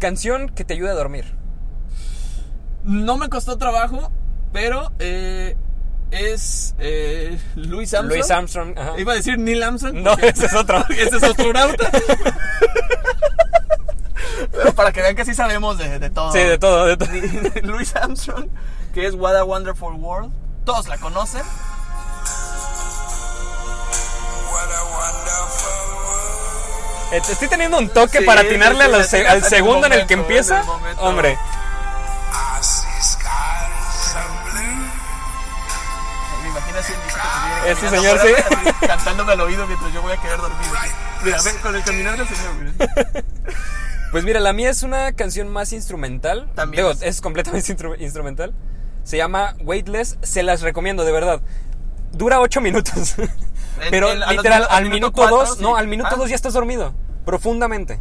Speaker 2: canción que te ayuda a dormir.
Speaker 1: No me costó trabajo, pero eh, es eh, Louis Armstrong.
Speaker 2: Louis Armstrong. ajá.
Speaker 1: Iba a decir Neil Armstrong.
Speaker 2: No, [LAUGHS]
Speaker 1: porque-
Speaker 2: ese es otro.
Speaker 1: porque [LAUGHS] ese es astronauta. [LAUGHS] pero para que vean que sí sabemos de, de todo. [LAUGHS]
Speaker 2: Sí, de todo, de todo.
Speaker 1: Louis Armstrong, que es What a Wonderful World. Todos la conocen.
Speaker 3: What a wonderful world.
Speaker 2: Eh, Estoy teniendo un toque
Speaker 1: Sí,
Speaker 2: para
Speaker 1: sí,
Speaker 2: atinarle a los-
Speaker 1: sí, sí,
Speaker 2: al
Speaker 1: sí,
Speaker 2: segundo en el que
Speaker 1: momento, en
Speaker 2: empieza.
Speaker 1: el momento.
Speaker 2: Hombre,
Speaker 3: I see skies of blue.
Speaker 1: Me imagino así el viejito que viene
Speaker 2: Este
Speaker 1: caminando
Speaker 2: señor,
Speaker 1: por la- así, Cantándome al oído mientras yo voy a quedar dormido. Mira, ve, con el caminar del señor. mira.
Speaker 2: pues mira, la mía es una canción más instrumental.
Speaker 1: También
Speaker 2: Digo,
Speaker 1: es.
Speaker 2: es, completamente [LAUGHS] instru- instrumental. Se llama Weightless. Se las recomiendo, de verdad. Dura ocho minutos. [LAUGHS] Pero
Speaker 1: en- a los
Speaker 2: literal,
Speaker 1: minu-
Speaker 2: al
Speaker 1: al
Speaker 2: minuto
Speaker 1: minuto cuatro,
Speaker 2: dos,
Speaker 1: sí.
Speaker 2: no, al minuto
Speaker 1: Ah.
Speaker 2: dos ya estás dormido. Profundamente.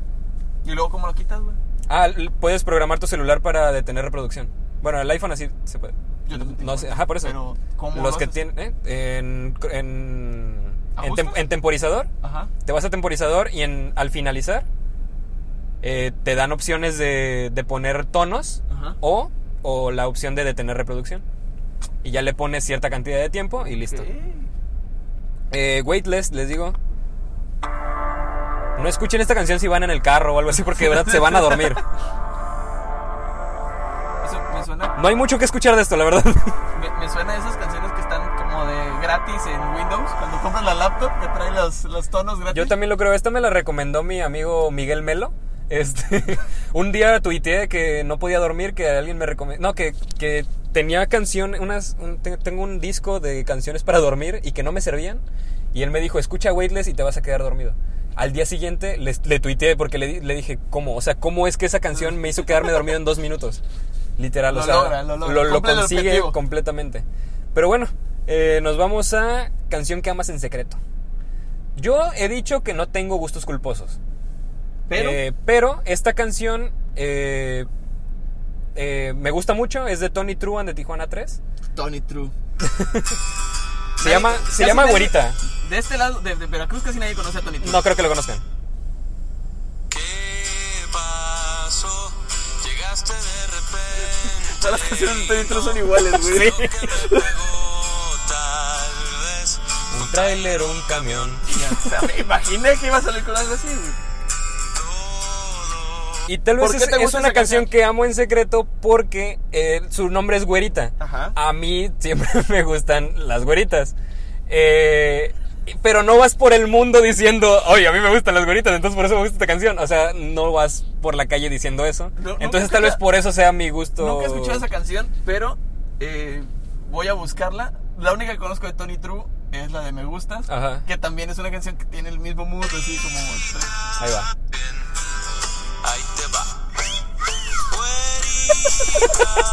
Speaker 1: Y luego, ¿cómo lo quitas, güey?
Speaker 2: Ah, l- puedes programar tu celular para detener reproducción. Bueno, el iPhone así se puede.
Speaker 1: Yo también tengo
Speaker 2: no sé, ajá, por eso.
Speaker 1: Pero, ¿cómo
Speaker 2: Los
Speaker 1: lo
Speaker 2: que
Speaker 1: haces?
Speaker 2: tienen ¿eh? en en en, tem-
Speaker 1: ¿Ajustes?
Speaker 2: en temporizador,
Speaker 1: Ajá.
Speaker 2: te vas a temporizador y en al finalizar eh, te dan opciones de, de poner tonos
Speaker 1: Ajá.
Speaker 2: o o la opción de detener reproducción. Y ya le pones cierta cantidad de tiempo y listo.
Speaker 1: Sí.
Speaker 2: Eh, Weightless, les digo. No escuchen esta canción si van en el carro o algo así porque de verdad se van a dormir.
Speaker 1: Eso me suena,
Speaker 2: No hay mucho que escuchar de esto, la verdad.
Speaker 1: me, me suena a esas canciones que están como de gratis en Windows. Cuando compras la laptop, te traen los, los tonos gratis.
Speaker 2: Yo también lo creo. Esta me la recomendó mi amigo Miguel Melo. Este, [LAUGHS] un día tuiteé que no podía dormir, que alguien me recomendó. No, que, que tenía canción, unas, un- te- tengo un disco de canciones para dormir y que no me servían. Y él me dijo, escucha Weightless y te vas a quedar dormido. Al día siguiente le, le tuiteé porque le, di- le dije, ¿cómo? O sea, ¿cómo es que esa canción me hizo quedarme dormido en dos minutos? Literal,
Speaker 1: Lo
Speaker 2: o sea,
Speaker 1: logra, lo logra. Cumple el
Speaker 2: consigue
Speaker 1: objetivo.
Speaker 2: completamente. Pero bueno, eh, nos vamos a canción que amas en secreto. Yo he dicho que no tengo gustos culposos.
Speaker 1: Pero,
Speaker 2: Eh, pero esta canción eh, eh, me gusta mucho. Es de Tony Truan de Tijuana 3.
Speaker 1: Tony True.
Speaker 2: [LAUGHS] Se llama, se
Speaker 1: Casi
Speaker 2: llama
Speaker 1: nadie-
Speaker 2: Güerita.
Speaker 1: De este lado, de, de Veracruz, casi nadie conoce a Tony True.
Speaker 2: No creo que lo conozcan.
Speaker 3: ¿Qué pasó? Llegaste de repente.
Speaker 1: Todas las canciones de Tony True [LAUGHS] son iguales, güey.
Speaker 2: Sí.
Speaker 3: que me pegó, tal vez.
Speaker 2: Un tráiler, un camión.
Speaker 1: O sea, me imaginé que iba a salir con algo así, güey.
Speaker 2: Y tal
Speaker 1: ¿Por
Speaker 2: vez
Speaker 1: qué
Speaker 2: es,
Speaker 1: te
Speaker 2: es
Speaker 1: gusta
Speaker 2: una
Speaker 1: esa
Speaker 2: canción
Speaker 1: canción?
Speaker 2: que amo en secreto porque eh, su nombre es Güerita.
Speaker 1: Ajá.
Speaker 2: A mí siempre [LAUGHS] me gustan las güeritas. Eh, pero no vas por el mundo diciendo, oye, a mí me gustan las güeritas, entonces por eso me gusta esta canción. O sea, no vas por la calle diciendo eso.
Speaker 1: No, nunca
Speaker 2: entonces tal vez
Speaker 1: escucha-
Speaker 2: por eso sea mi gusto.
Speaker 1: Nunca he escuchado esa canción, pero eh, voy a buscarla. La única que conozco de Tony True es la de Me Gustas,
Speaker 2: Ajá.
Speaker 1: que también es una canción que tiene el Ah. mismo mood, así como...
Speaker 2: Ahí va.
Speaker 3: Ahí te va.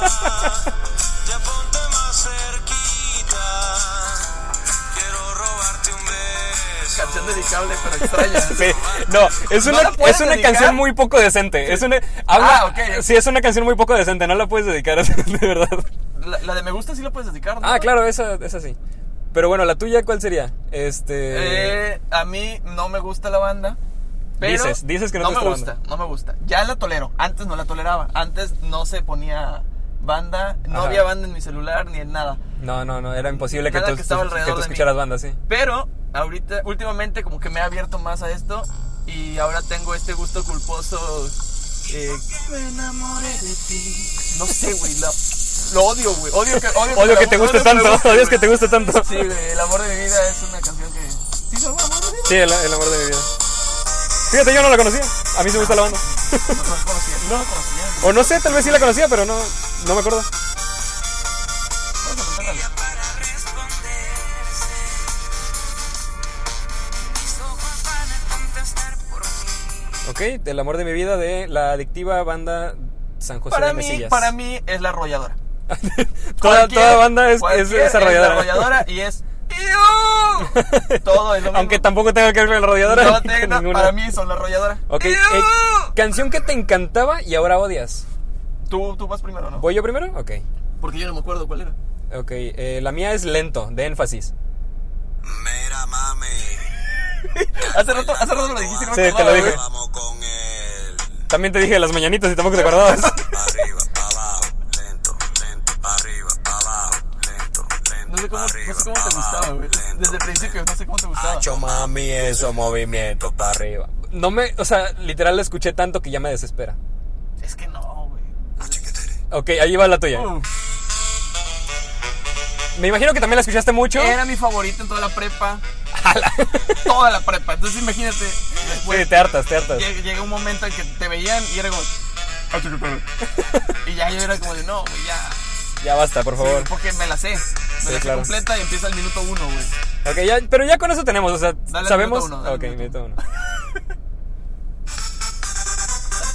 Speaker 3: Ya ponte más cerquita. Quiero robarte un beso.
Speaker 1: Canción dedicable, pero extraña.
Speaker 2: [LAUGHS] Sí, no, es
Speaker 1: ¿No
Speaker 2: una,
Speaker 1: la puedes
Speaker 2: es una
Speaker 1: dedicar?
Speaker 2: canción muy poco decente. Es una, habla-
Speaker 1: Ah, ok.
Speaker 2: Sí, es una canción muy poco decente, no la puedes dedicar, [LAUGHS] de verdad.
Speaker 1: La, la de me gusta sí la puedes dedicar, ¿no?
Speaker 2: Ah, claro, esa, esa sí. Pero bueno, la tuya, ¿cuál sería? Este.
Speaker 1: Eh, a mí no me gusta la banda. Pero
Speaker 2: Dices, dices que no te
Speaker 1: me
Speaker 2: gusta la
Speaker 1: gusta, no me gusta. Ya la tolero. Antes no la toleraba. Antes no se ponía banda, no
Speaker 2: Ajá.
Speaker 1: había banda en mi celular ni en nada.
Speaker 2: No, no, no, era imposible que
Speaker 1: Nada
Speaker 2: tú,
Speaker 1: que estaba
Speaker 2: que tú
Speaker 1: alrededor de mí.
Speaker 2: escucharas bandas, sí.
Speaker 1: Pero ahorita, últimamente como que me he abierto más a esto y ahora tengo este gusto culposo. eh,
Speaker 3: Me enamoré de ti.
Speaker 1: no sé, güey, lo, lo odio, güey. Odio que, odio
Speaker 2: Odio que te
Speaker 1: odio
Speaker 2: guste
Speaker 1: me
Speaker 2: tanto,
Speaker 1: guste,
Speaker 2: [LAUGHS] odio
Speaker 1: güey.
Speaker 2: que te guste tanto.
Speaker 1: Sí, güey, el amor de mi vida es una canción que... Sí, el amor de mi vida.
Speaker 2: Sí, el, el amor de mi vida. Fíjate, yo no la conocía. A mí se me gusta la banda.
Speaker 1: No, no la conocía, no la conocía.
Speaker 2: O no sé, tal vez sí la conocía, pero no, no me acuerdo.
Speaker 1: Vamos a cantarla.
Speaker 3: Para responderse. Mis ojos van a contestar por mí.
Speaker 2: Ok, el amor de mi vida de la adictiva banda San José
Speaker 1: para
Speaker 2: de
Speaker 1: mí,
Speaker 2: Mesillas.
Speaker 1: para mí es la arrolladora.
Speaker 2: toda,
Speaker 1: Cualquier-
Speaker 2: toda banda es, es
Speaker 1: cualquier
Speaker 2: desarrolladora.
Speaker 1: Es la arrolladora y es.
Speaker 2: [LAUGHS]
Speaker 1: ¡Iu! Todo es lo mismo.
Speaker 2: Aunque tampoco tenga que ver con la rodeadora. [LAUGHS]
Speaker 1: No tenga- para mí son la arrolladora.
Speaker 2: Ok,
Speaker 1: ¡Iu!
Speaker 2: eh, canción que te encantaba y ahora odias.
Speaker 1: tú, tú vas primero, ¿no?
Speaker 2: ¿Voy yo primero? Ok.
Speaker 1: Porque yo no me acuerdo cuál era.
Speaker 2: Ok, eh, la mía es lento, de énfasis.
Speaker 3: Mira, mami.
Speaker 1: Hace rato, hace rato lo dijiste. no me
Speaker 2: Sí, te lo
Speaker 1: acordaba,
Speaker 2: dije.
Speaker 1: güey.
Speaker 3: Vamos con él.
Speaker 2: También te dije las mañanitas y tampoco te acordabas.
Speaker 1: [LAUGHS]
Speaker 3: Pa' arriba, pa' abajo, lento, lento, pa' arriba, pa' abajo, lento, lento.
Speaker 1: No sé cómo,
Speaker 3: pa'
Speaker 1: no sé
Speaker 3: arriba,
Speaker 1: cómo
Speaker 3: pa'
Speaker 1: te gustaba,
Speaker 3: abajo,
Speaker 1: güey.
Speaker 3: lento,
Speaker 1: Desde el principio, no sé cómo te gustaba.
Speaker 2: Hacho mami, eso movimiento para arriba. No me, o sea, literal la escuché tanto que ya me desespera.
Speaker 1: Es que no, güey.
Speaker 3: chiquetere.
Speaker 2: Ok, ahí va la tuya.
Speaker 1: Uf,
Speaker 2: Me imagino que también la escuchaste mucho.
Speaker 1: Era mi favorita en toda la prepa.
Speaker 2: [LAUGHS]
Speaker 1: toda la prepa. Entonces imagínate.
Speaker 2: Sí,
Speaker 1: Después,
Speaker 2: te hartas, te hartas.
Speaker 1: llega, llega un momento en que te veían y era como.
Speaker 4: Ah, chiquitero.
Speaker 1: Y ya yo era como de no, güey, ya.
Speaker 2: Ya basta, por favor.
Speaker 1: Porque me la sé. Me la sé
Speaker 2: claro.
Speaker 1: completa y empieza el minuto uno, güey.
Speaker 2: Ok, ya, pero ya con eso tenemos, o sea,
Speaker 1: Dale al
Speaker 2: sabemos.
Speaker 1: minuto uno, dale al
Speaker 2: ok,
Speaker 1: minuto
Speaker 2: minuto uno.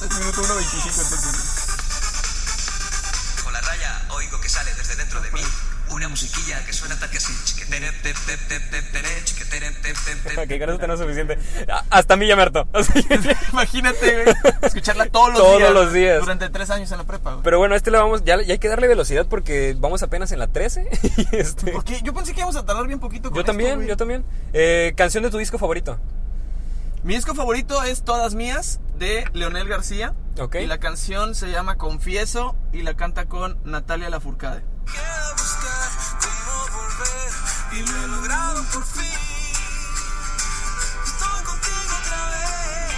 Speaker 1: Es minuto uno veinticinco, entonces.
Speaker 5: Con la raya oigo que sale desde dentro de mí una musiquilla que suena tal que así. chiquetere, te, te, te, te, tere, chiquetere, te, te, te,
Speaker 2: Ok, con eso tenemos suficiente. A- Hasta a mí ya me hartó. [LAUGHS] O sea,
Speaker 1: [LAUGHS] Imagínate, güey. Escucharla todos los
Speaker 2: Todos
Speaker 1: días.
Speaker 2: los días.
Speaker 1: Durante tres años en la prepa, güey.
Speaker 2: Pero bueno, a este le vamos, ya, ya hay que darle velocidad porque vamos apenas en la 13. [LAUGHS] y este-
Speaker 1: Porque yo pensé que íbamos a tardar bien poquito con
Speaker 2: yo
Speaker 1: esto,
Speaker 2: también,
Speaker 1: güey.
Speaker 2: yo también. Eh, canción de tu disco favorito.
Speaker 1: Mi disco favorito es Todas Mías de Leonel García.
Speaker 2: Ok.
Speaker 1: Y la canción se llama Confieso y la canta con Natalia Lafourcade.
Speaker 3: Quiero buscar cómo volver y lo he logrado por fin. Estoy contigo otra vez.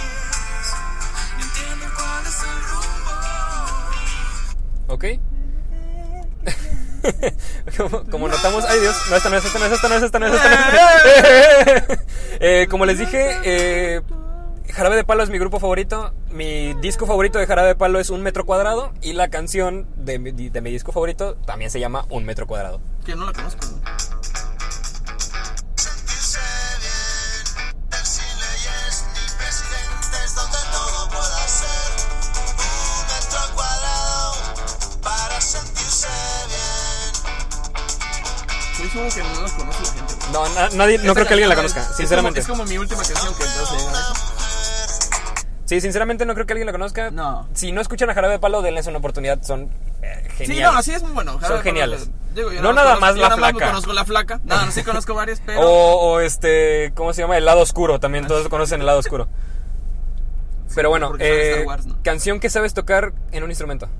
Speaker 3: y Entiendo cuál es el rumbo.
Speaker 2: ¿Ok? [LAUGHS] como, como notamos, ay Dios, no, esta no es, esta no es, esta no es, esta no es, esta no es. [LAUGHS] Eh, como les dije, eh, Jarabe de Palo es mi grupo favorito. Mi disco favorito de Jarabe de Palo es Un Metro Cuadrado. Y la canción de mi, de mi disco favorito también se llama Un Metro Cuadrado.
Speaker 1: Que no la conozco. güey.
Speaker 3: Sentirse bien, ver sin leyes ni presidentes donde todo pueda ser un metro cuadrado para sentirse bien.
Speaker 1: Soy seguro que no la conoce la gente. güey.
Speaker 2: No, na- nadie, no
Speaker 1: Esta
Speaker 2: creo que alguien la
Speaker 1: canción
Speaker 2: conozca,
Speaker 1: es-
Speaker 2: sinceramente.
Speaker 1: Es como, es como mi última canción que entonces. ¿eh?
Speaker 2: Sí, sinceramente no creo que alguien la conozca.
Speaker 1: No.
Speaker 2: Si no escuchan a Jarabe de Palo, denles una oportunidad, son eh, geniales.
Speaker 1: Sí, no, así es muy bueno. Jarabe
Speaker 2: Son
Speaker 1: de
Speaker 2: geniales.
Speaker 1: Palo, digo, yo
Speaker 2: No
Speaker 1: más
Speaker 2: nada
Speaker 1: conozco-
Speaker 2: más
Speaker 1: yo
Speaker 2: La
Speaker 1: nada
Speaker 2: Flaca. Oh.
Speaker 1: No conozco la flaca. No, no sí conozco varias, pero. [LAUGHS]
Speaker 2: O, o este, ¿cómo se llama? El lado oscuro, también todos conocen el lado oscuro. Pero bueno,
Speaker 1: porque sale
Speaker 2: eh,
Speaker 1: Star Wars, ¿no?
Speaker 2: canción que sabes tocar en un instrumento.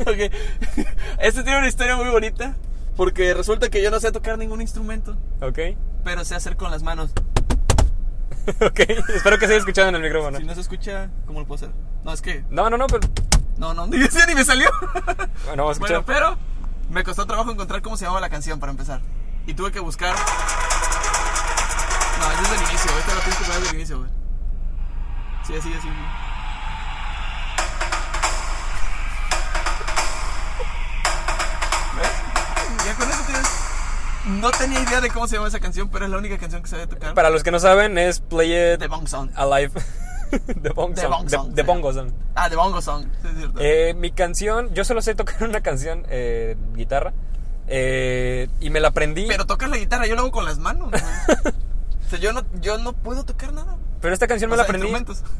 Speaker 1: Ok. Este tiene una historia muy bonita. Porque resulta que yo no sé tocar ningún instrumento.
Speaker 2: ¿Ok? [LAUGHS]
Speaker 1: Pero sé hacer con las manos.
Speaker 2: Ok, espero que se haya escuchado en el micrófono.
Speaker 1: Si no se escucha, ¿cómo lo puedo hacer? No, es que.
Speaker 2: No, no, no, pero...
Speaker 1: No, [LAUGHS] no, ni, sí, ni me salió.
Speaker 2: Bueno, vamos a escuchar.
Speaker 1: bueno, pero. Me costó trabajo encontrar cómo se llamaba la canción para empezar. Y tuve que buscar. No, es desde el inicio. Esta la tienes que poner desde el inicio, güey. Sí, así, así. güey. ¿Ves? Ya con eso tienes. No tenía idea de cómo se llama esa canción, pero es la única canción que sabía tocar.
Speaker 2: Para los que no saben, es Play It
Speaker 1: The Bong Sound.
Speaker 2: Alive. [LAUGHS] The Bong
Speaker 1: The
Speaker 2: Song.
Speaker 1: Bong
Speaker 2: The-
Speaker 1: Song,
Speaker 2: The
Speaker 1: sí.
Speaker 2: Bongo Song.
Speaker 1: Ah, de Bongo Song, sí, es cierto.
Speaker 2: Eh, mi canción, yo solo sé tocar [LAUGHS] una canción, eh, guitarra, eh, y me la aprendí.
Speaker 1: Pero tocas la guitarra, yo lo hago con las manos.
Speaker 2: [LAUGHS]
Speaker 1: güey. o sea, yo no, yo no puedo tocar nada.
Speaker 2: pero esta canción me
Speaker 1: O
Speaker 2: la
Speaker 1: sea,
Speaker 2: aprendí.
Speaker 1: instrumentos.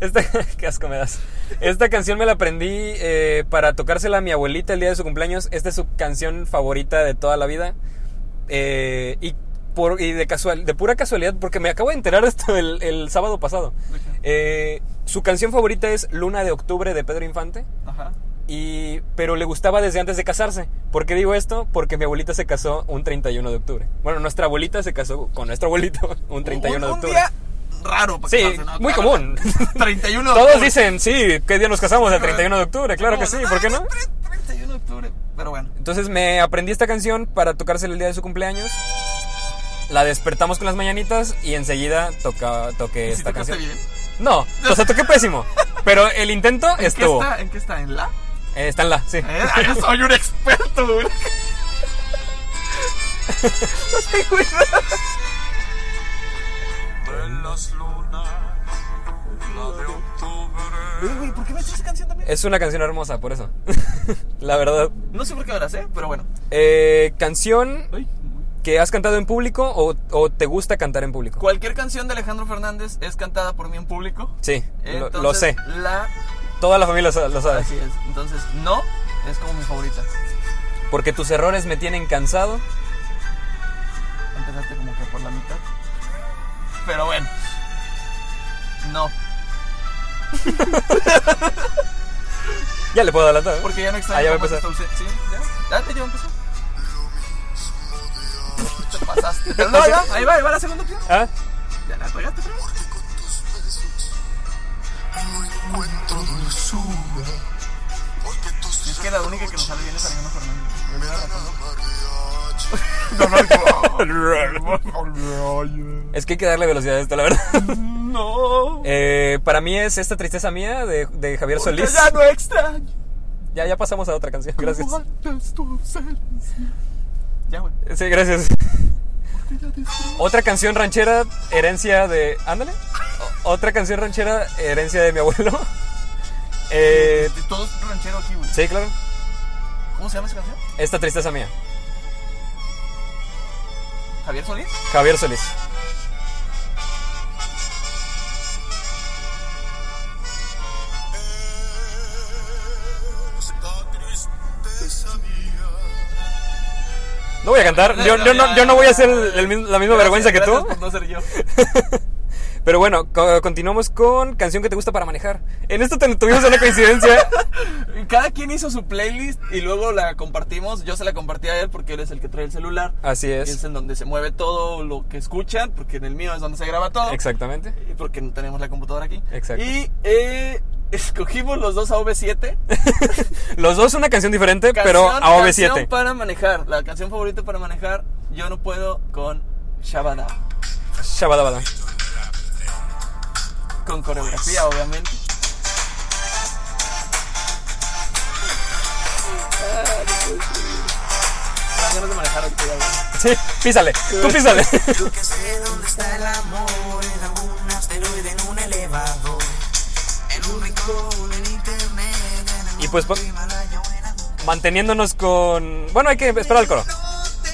Speaker 2: Esta, [LAUGHS] qué asco me das. Esta canción me la aprendí eh, para tocársela a mi abuelita el día de su cumpleaños. Esta es su canción favorita de toda la vida. Eh, y por, y de, casual, de pura casualidad, porque me acabo de enterar de esto el, el sábado pasado. Eh, su canción favorita es Luna de Octubre de Pedro Infante.
Speaker 1: Ajá.
Speaker 2: Y, pero le gustaba desde antes de casarse. ¿Por qué digo esto? Porque mi abuelita se casó un 31 de octubre. Bueno, nuestra abuelita se casó con nuestro abuelito [LAUGHS] un 31 de
Speaker 1: Un-
Speaker 2: octubre.
Speaker 1: Un día raro. para
Speaker 2: Sí,
Speaker 1: casarse, ¿no?
Speaker 2: muy
Speaker 1: Claro. [LAUGHS]
Speaker 2: común.
Speaker 1: 31 de
Speaker 2: Todos
Speaker 1: octubre.
Speaker 2: dicen, sí, ¿qué día nos casamos? El 31 de octubre, claro que sí, ¿por qué no?
Speaker 1: 31 de octubre, pero bueno.
Speaker 2: Entonces me aprendí esta canción para tocársela el día de su cumpleaños. La despertamos con las mañanitas y enseguida toca, toqué
Speaker 1: ¿Sí
Speaker 2: esta
Speaker 1: tocaste
Speaker 2: canción.
Speaker 1: bien?
Speaker 2: No, o sea, toqué pésimo. Pero el intento
Speaker 1: ¿En qué,
Speaker 2: estuvo.
Speaker 1: está, ¿En qué está? ¿En la?
Speaker 2: Eh, está en la, sí.
Speaker 1: ¿Eh? Ah, yo soy un experto, güey. No sé, güey.
Speaker 4: En las lunas, la de octubre.
Speaker 1: Güey, ¿Por qué me traes esa canción también?
Speaker 2: Es una canción hermosa, por eso. [LAUGHS] la verdad.
Speaker 1: No sé por qué ahora sé, pero bueno.
Speaker 2: Eh, canción
Speaker 1: Ay.
Speaker 2: que has cantado en público o, o te gusta cantar en público.
Speaker 1: Cualquier canción de Alejandro Fernández es cantada por mí en público.
Speaker 2: Sí, lo- lo,
Speaker 1: Entonces,
Speaker 2: sé.
Speaker 1: La...
Speaker 2: Toda la familia sa- lo sabe.
Speaker 1: Así es. Entonces, no es como mi favorita.
Speaker 2: Porque tus errores me tienen cansado.
Speaker 1: Empezaste como que por la mitad. Pero bueno. No.
Speaker 2: Ya le puedo adelantar. ¿eh?
Speaker 1: Porque ya no
Speaker 2: Ah,
Speaker 1: extraño
Speaker 2: ya va a
Speaker 1: cómo te
Speaker 2: empezar.
Speaker 1: estaba- Sí, ya. Date, ya va a empezar. Te pasaste.
Speaker 2: Te
Speaker 1: No, ahí va,
Speaker 2: pasaste.
Speaker 1: ahí va, ahí va la segunda opción.
Speaker 2: ¿Ah?
Speaker 1: Ya la pegaste, pero bueno. Es que la única que nos sale bien es Ariana Fernández. Me hubiera
Speaker 2: Es que hay que darle velocidad a esto, la verdad. [LAUGHS]
Speaker 1: No.
Speaker 2: Eh, para mí es esta tristeza mía de, de Javier
Speaker 1: Porque
Speaker 2: [LAUGHS] Solís.
Speaker 1: ya no extraño.
Speaker 2: Ya, ya pasamos a otra canción. Gracias.
Speaker 1: cuántas tú seres. Ya, güey.
Speaker 2: Sí,
Speaker 1: [LAUGHS]
Speaker 2: gracias. Otra canción ranchera, herencia de. Ándale. O- Otra canción ranchera, herencia de mi abuelo. [LAUGHS] Eh,
Speaker 1: Todo es ranchero aquí, güey.
Speaker 2: sí, claro.
Speaker 1: ¿Cómo se llama esa canción?
Speaker 2: Esta tristeza mía.
Speaker 1: ¿Javier Solís?
Speaker 2: Javier Solís.
Speaker 4: Esta tristeza mía.
Speaker 2: No voy a cantar. Yo, yo no, yo no voy a hacer el- el mismo- la misma vergüenza que tú.
Speaker 1: Gracias por no ser yo.
Speaker 2: Pero bueno, co- continuamos con canción que te gusta para manejar. En esto ten- tuvimos una
Speaker 1: [LAUGHS]
Speaker 2: coincidencia.
Speaker 1: Cada quien hizo su playlist y luego la compartimos. Yo se la compartí a él porque él es el que trae el celular.
Speaker 2: Así
Speaker 1: es.
Speaker 2: es.
Speaker 1: en donde se mueve todo lo que escuchan, porque en el mío es donde se graba todo.
Speaker 2: Exactamente.
Speaker 1: Y Porque no tenemos la computadora aquí.
Speaker 2: Exacto.
Speaker 1: Y eh, [LAUGHS] escogimos los dos AV7.
Speaker 2: Los dos una canción diferente, [LAUGHS] pero
Speaker 1: Canción-
Speaker 2: a
Speaker 1: Canción
Speaker 2: OV7.
Speaker 1: para manejar. La canción favorita para manejar, Yo no puedo con Shabada.
Speaker 2: Shabadabada.
Speaker 1: Con coreografía,
Speaker 2: Pues.
Speaker 1: obviamente.
Speaker 2: Ah,
Speaker 1: Las ganas de manejar ahorita, ya, güey.
Speaker 2: Sí, písale. Tú písale.
Speaker 1: [LAUGHS]
Speaker 3: Yo que sé dónde está el amor, en algún asteroide, en un elevador, en un rincón, en internet, en el
Speaker 2: Y pues pon-
Speaker 3: Himalaya o en algún
Speaker 2: Manteniéndonos con. Bueno, hay que esperar al coro.
Speaker 3: norte,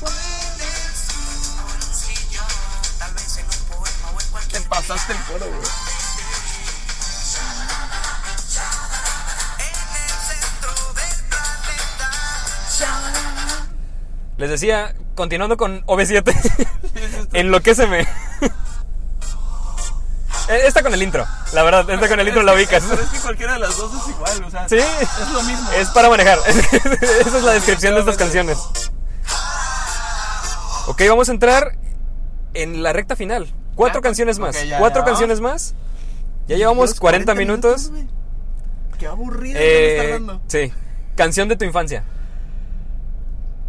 Speaker 3: puedes ir, si yo, tal vez en un poema o en
Speaker 1: Te
Speaker 3: cualquier
Speaker 1: pasaste el coro, güey.
Speaker 2: Les decía, continuando con [LAUGHS] OV7.
Speaker 1: Sí, sí, sí.
Speaker 2: [LAUGHS] Enloquéceme. Esta Eh, con el intro, la verdad, esta con el intro la ubicas.
Speaker 1: [LAUGHS] Pero es que cualquiera de las dos es igual, o sea.
Speaker 2: Sí,
Speaker 1: Es lo mismo.
Speaker 2: es para manejar. [LAUGHS] Esa es la descripción de estas canciones. Ok, vamos a entrar en la recta final. Cuatro
Speaker 1: ¿Ya?
Speaker 2: canciones más.
Speaker 1: Ok, ya,
Speaker 2: Cuatro
Speaker 1: ya.
Speaker 2: canciones más. Ya llevamos 40, minutos.
Speaker 1: güey. Qué aburrido
Speaker 2: Eh,
Speaker 1: que me está dando.
Speaker 2: sí. Canción de tu infancia.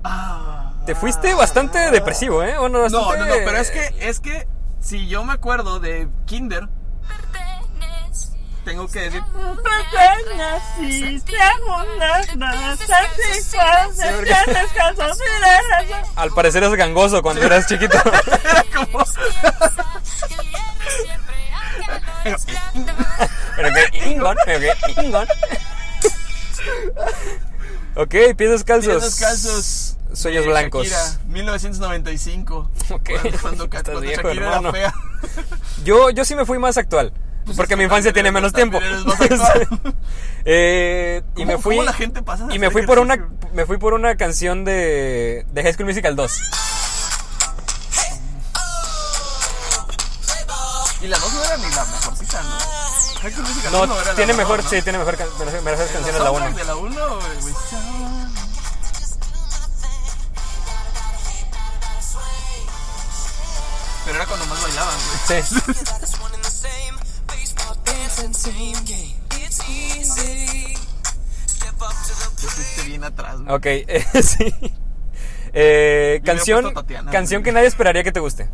Speaker 1: Ah.
Speaker 2: Te fuiste bastante depresivo, ¿eh? Bueno,
Speaker 1: No,
Speaker 2: bastante-
Speaker 1: no, no, pero es que, es que si yo me acuerdo de Kinder, tengo que decir.
Speaker 2: eh, Al
Speaker 1: [LAUGHS]
Speaker 2: parecer es gangoso cuando eras chiquito.
Speaker 1: Era como.
Speaker 2: Pero que ingón, pero que ingón. Ok, pies calzos.
Speaker 1: Pies descalzos
Speaker 2: Sueños
Speaker 1: de
Speaker 2: blancos.
Speaker 1: Eh, Shakira, 1995.
Speaker 2: [LAUGHS] Ok.
Speaker 1: Cuando- Cuando,
Speaker 2: Estás
Speaker 1: cuando
Speaker 2: viejo,
Speaker 1: Shakira
Speaker 2: hermano.
Speaker 1: era fea.
Speaker 2: Yo, yo sí me fui más actual.
Speaker 1: Pues
Speaker 2: porque
Speaker 1: es que
Speaker 2: mi infancia tiene
Speaker 1: también
Speaker 2: menos
Speaker 1: eres-
Speaker 2: tiempo.
Speaker 1: también eres
Speaker 2: [LAUGHS]
Speaker 1: más actual.
Speaker 2: Eh,
Speaker 1: [LAUGHS]
Speaker 2: y me
Speaker 1: ¿Cómo-
Speaker 2: fui
Speaker 1: cómo la gente pasa de
Speaker 2: y me
Speaker 1: hacer
Speaker 2: fui por una
Speaker 1: ejercicio?
Speaker 2: me fui por una canción de de High School Musical 2.
Speaker 1: Y la dos no era ni la mejorcita, ¿no? High School Musical
Speaker 2: No,
Speaker 1: uno era la
Speaker 2: tiene
Speaker 1: mejor,
Speaker 2: mejor,
Speaker 1: Ah, ¿no?
Speaker 2: sí, tiene mejor can- mejor- mejores
Speaker 1: El
Speaker 2: canciones la
Speaker 1: soundtrack
Speaker 2: 1.
Speaker 1: de la 1, güey. Pero era cuando más bailaban, güey.
Speaker 2: Sí.
Speaker 1: [LAUGHS]
Speaker 3: It's one and the same. Baseball, dance, and same game. It's easy. Step up to the
Speaker 1: Yo fuiste bien atrás, güey.
Speaker 2: Ok, eh, [LAUGHS] sí. Eh,
Speaker 1: hubiera
Speaker 2: canción
Speaker 1: puesto Tatiana,
Speaker 2: canción
Speaker 1: güey.
Speaker 2: que nadie esperaría que te guste.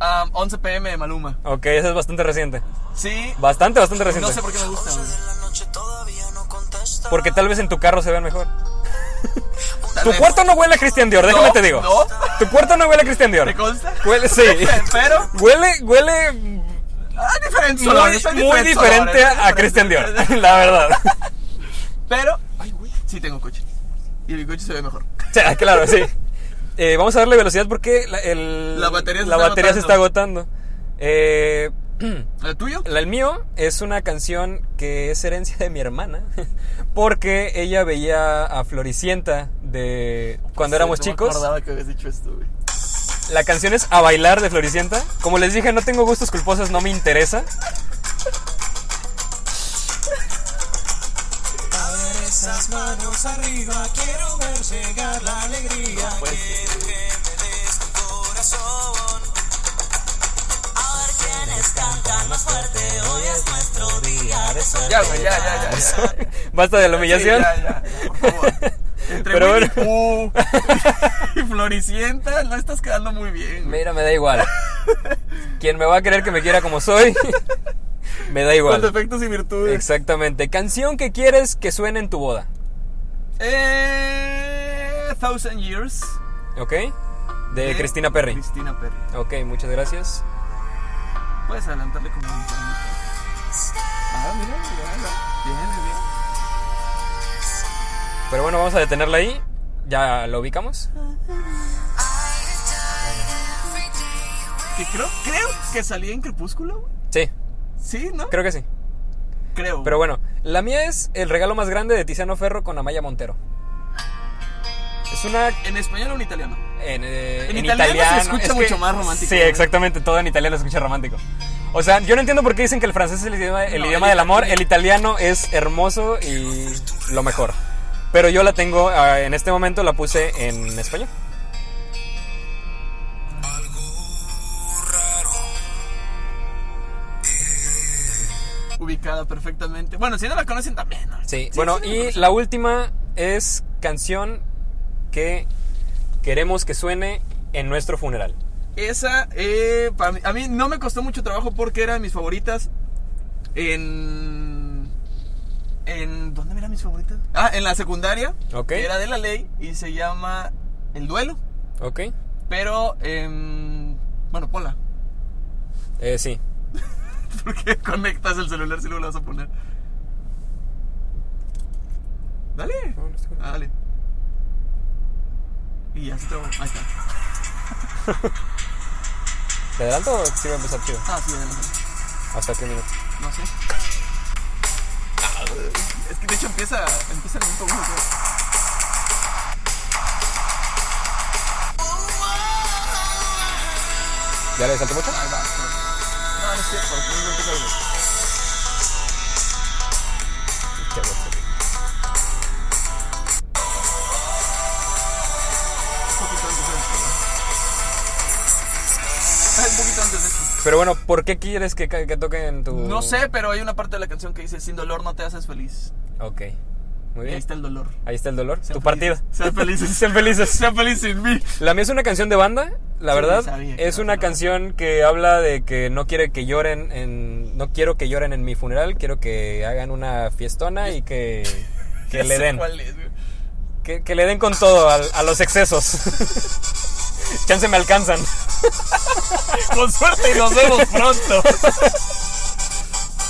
Speaker 1: Ah, 11 pm de Maluma.
Speaker 2: Ok, esa es bastante reciente.
Speaker 1: Sí.
Speaker 2: Bastante, bastante reciente.
Speaker 1: No sé por qué me gusta, güey.
Speaker 3: la noche todavía no contesta.
Speaker 2: Porque tal vez en tu carro se vean mejor.
Speaker 1: Tal
Speaker 2: Tu
Speaker 1: vez.
Speaker 2: cuarto no huele a Christian Dior, déjame
Speaker 1: No,
Speaker 2: te digo.
Speaker 1: no.
Speaker 2: Tu cuarto no huele a Christian Dior.
Speaker 1: ¿Te consta?
Speaker 2: Huele, sí.
Speaker 1: [LAUGHS] Pero.
Speaker 2: Huele, huele muy,
Speaker 1: Ah, diferente.
Speaker 2: muy diferente a, a Christian Dior, [LAUGHS] la verdad.
Speaker 1: Pero. Ay, güey. Sí, tengo coche. Y mi coche se ve mejor.
Speaker 2: [LAUGHS] O sea, Ah, claro, sí. Eh, vamos a darle velocidad porque la, el-
Speaker 1: La batería se
Speaker 2: la
Speaker 1: está
Speaker 2: batería se está agotando. Eh, [CLEARS THROAT]
Speaker 1: ¿El tuyo?
Speaker 2: la- el mío es una canción que es herencia de mi hermana [LAUGHS] porque ella veía a Floricienta de cuando éramos
Speaker 1: Sí, no me
Speaker 2: chicos.
Speaker 1: acordaba que habías dicho esto, güey.
Speaker 2: La canción es A Bailar de Floricienta. Como les dije, no tengo gustos culposos, no me interesa. [LAUGHS]
Speaker 3: A ver esas manos arriba, quiero ver llegar la alegría.
Speaker 1: Pues,
Speaker 3: Quiero que me des tu corazón. A ver quiénes cantan más fuerte, hoy es nuestro día de suerte.
Speaker 1: ya, güey, ya, ya, ya. ya.
Speaker 2: Basta de la humillación.
Speaker 1: Sí, ya, ya, por
Speaker 2: [LAUGHS]
Speaker 1: favor. Entre
Speaker 2: Pero
Speaker 1: Pero
Speaker 2: bueno.
Speaker 1: [LAUGHS] y Floricienta, no estás quedando muy bien. güey.
Speaker 2: Mira, me da igual. Quien me va a querer que me quiera como soy, [LAUGHS] me da
Speaker 1: Con
Speaker 2: igual.
Speaker 1: defectos y virtudes.
Speaker 2: Exactamente. Canción que quieres que suene en tu boda.
Speaker 1: Eh, Thousand Years. Eh,
Speaker 2: ¿Ok? De Eh, Cristina Perry.
Speaker 1: Cristina Perry.
Speaker 2: Ok, muchas gracias.
Speaker 1: Puedes adelantarle como un minuto. Ah, mira, mira, mira. Bien, bien.
Speaker 2: Pero bueno, vamos a detenerla ahí. Ya lo ubicamos.
Speaker 1: Que creo, creo que salía en Crepúsculo. güey.
Speaker 2: Sí,
Speaker 1: Sí, ¿no?
Speaker 2: creo que sí.
Speaker 1: Creo.
Speaker 2: Pero bueno, la mía es El regalo más grande de Tiziano Ferro con Amaya Montero. Es una
Speaker 1: ¿En español o en italiano?
Speaker 2: En, eh,
Speaker 1: En italiano se escucha mucho más romántico,
Speaker 2: Sí,
Speaker 1: güey.
Speaker 2: exactamente, todo en italiano se escucha romántico. O sea, yo no entiendo por qué dicen que el francés es el idioma, el
Speaker 1: No,
Speaker 2: idioma
Speaker 1: el
Speaker 2: del amor, el italiano es hermoso y lo mejor. Pero yo la tengo, ah, en este momento la puse en español.
Speaker 3: Algo raro.
Speaker 1: Ubicada perfectamente. Bueno, si no la conocen también. ¿no?
Speaker 2: Sí, bueno,
Speaker 1: sí,
Speaker 2: y la última es canción que queremos que suene en nuestro funeral.
Speaker 1: Esa, eh, para mí- a mí no me costó mucho trabajo porque eran mis favoritas en... en ¿Dónde eran mis favoritas? Ah, en la secundaria.
Speaker 2: Ok.
Speaker 1: Era de la ley y se llama El Duelo.
Speaker 2: ¿Ok?
Speaker 1: Pero, em, bueno, ponla. [LAUGHS]
Speaker 2: Eh, sí.
Speaker 1: Porque conectas el celular si lo vas a poner. Dale. Ah, dale. Y ya se te va- Ahí está.
Speaker 2: ¿Te adelanto o sí va a empezar chido?
Speaker 1: Ah, sí, adelante.
Speaker 2: Hasta qué minuto.
Speaker 1: No sé. Es que de hecho empieza, empieza el minuto uno, creo.
Speaker 2: ¿Ya le salté mucho?
Speaker 1: Ahí va. No, no es cierto. no, no empieza el uno.
Speaker 2: Qué bueno.
Speaker 1: Un poquito antes de esto. Ah, un poquito antes de esto.
Speaker 2: Pero bueno, ¿por qué quieres que, ca- que toquen tu.?
Speaker 1: No sé, pero hay una parte de la canción que dice: Sin dolor no te haces feliz.
Speaker 2: Ok. Muy
Speaker 1: Y ahí
Speaker 2: bien.
Speaker 1: está el dolor.
Speaker 2: Ahí está el dolor.
Speaker 1: Sean
Speaker 2: tu
Speaker 1: felices,
Speaker 2: partida.
Speaker 1: Sean felices.
Speaker 2: Sean felices.
Speaker 1: Sean felices sin mí.
Speaker 2: La mía es una canción de banda, la
Speaker 1: Sí,
Speaker 2: verdad.
Speaker 1: sabía que
Speaker 2: es
Speaker 1: ibas a
Speaker 2: una
Speaker 1: hablar.
Speaker 2: canción que habla de que no quiere que lloren en. No quiero que lloren en mi funeral, quiero que hagan una fiestona
Speaker 1: [LAUGHS]
Speaker 2: y que. Que
Speaker 1: Ya
Speaker 2: le
Speaker 1: sé
Speaker 2: den.
Speaker 1: cuál es, güey.
Speaker 2: Que, que le den con todo al- a, los excesos. [LAUGHS] Chance me alcanzan.
Speaker 1: Con suerte y nos vemos pronto. [LAUGHS]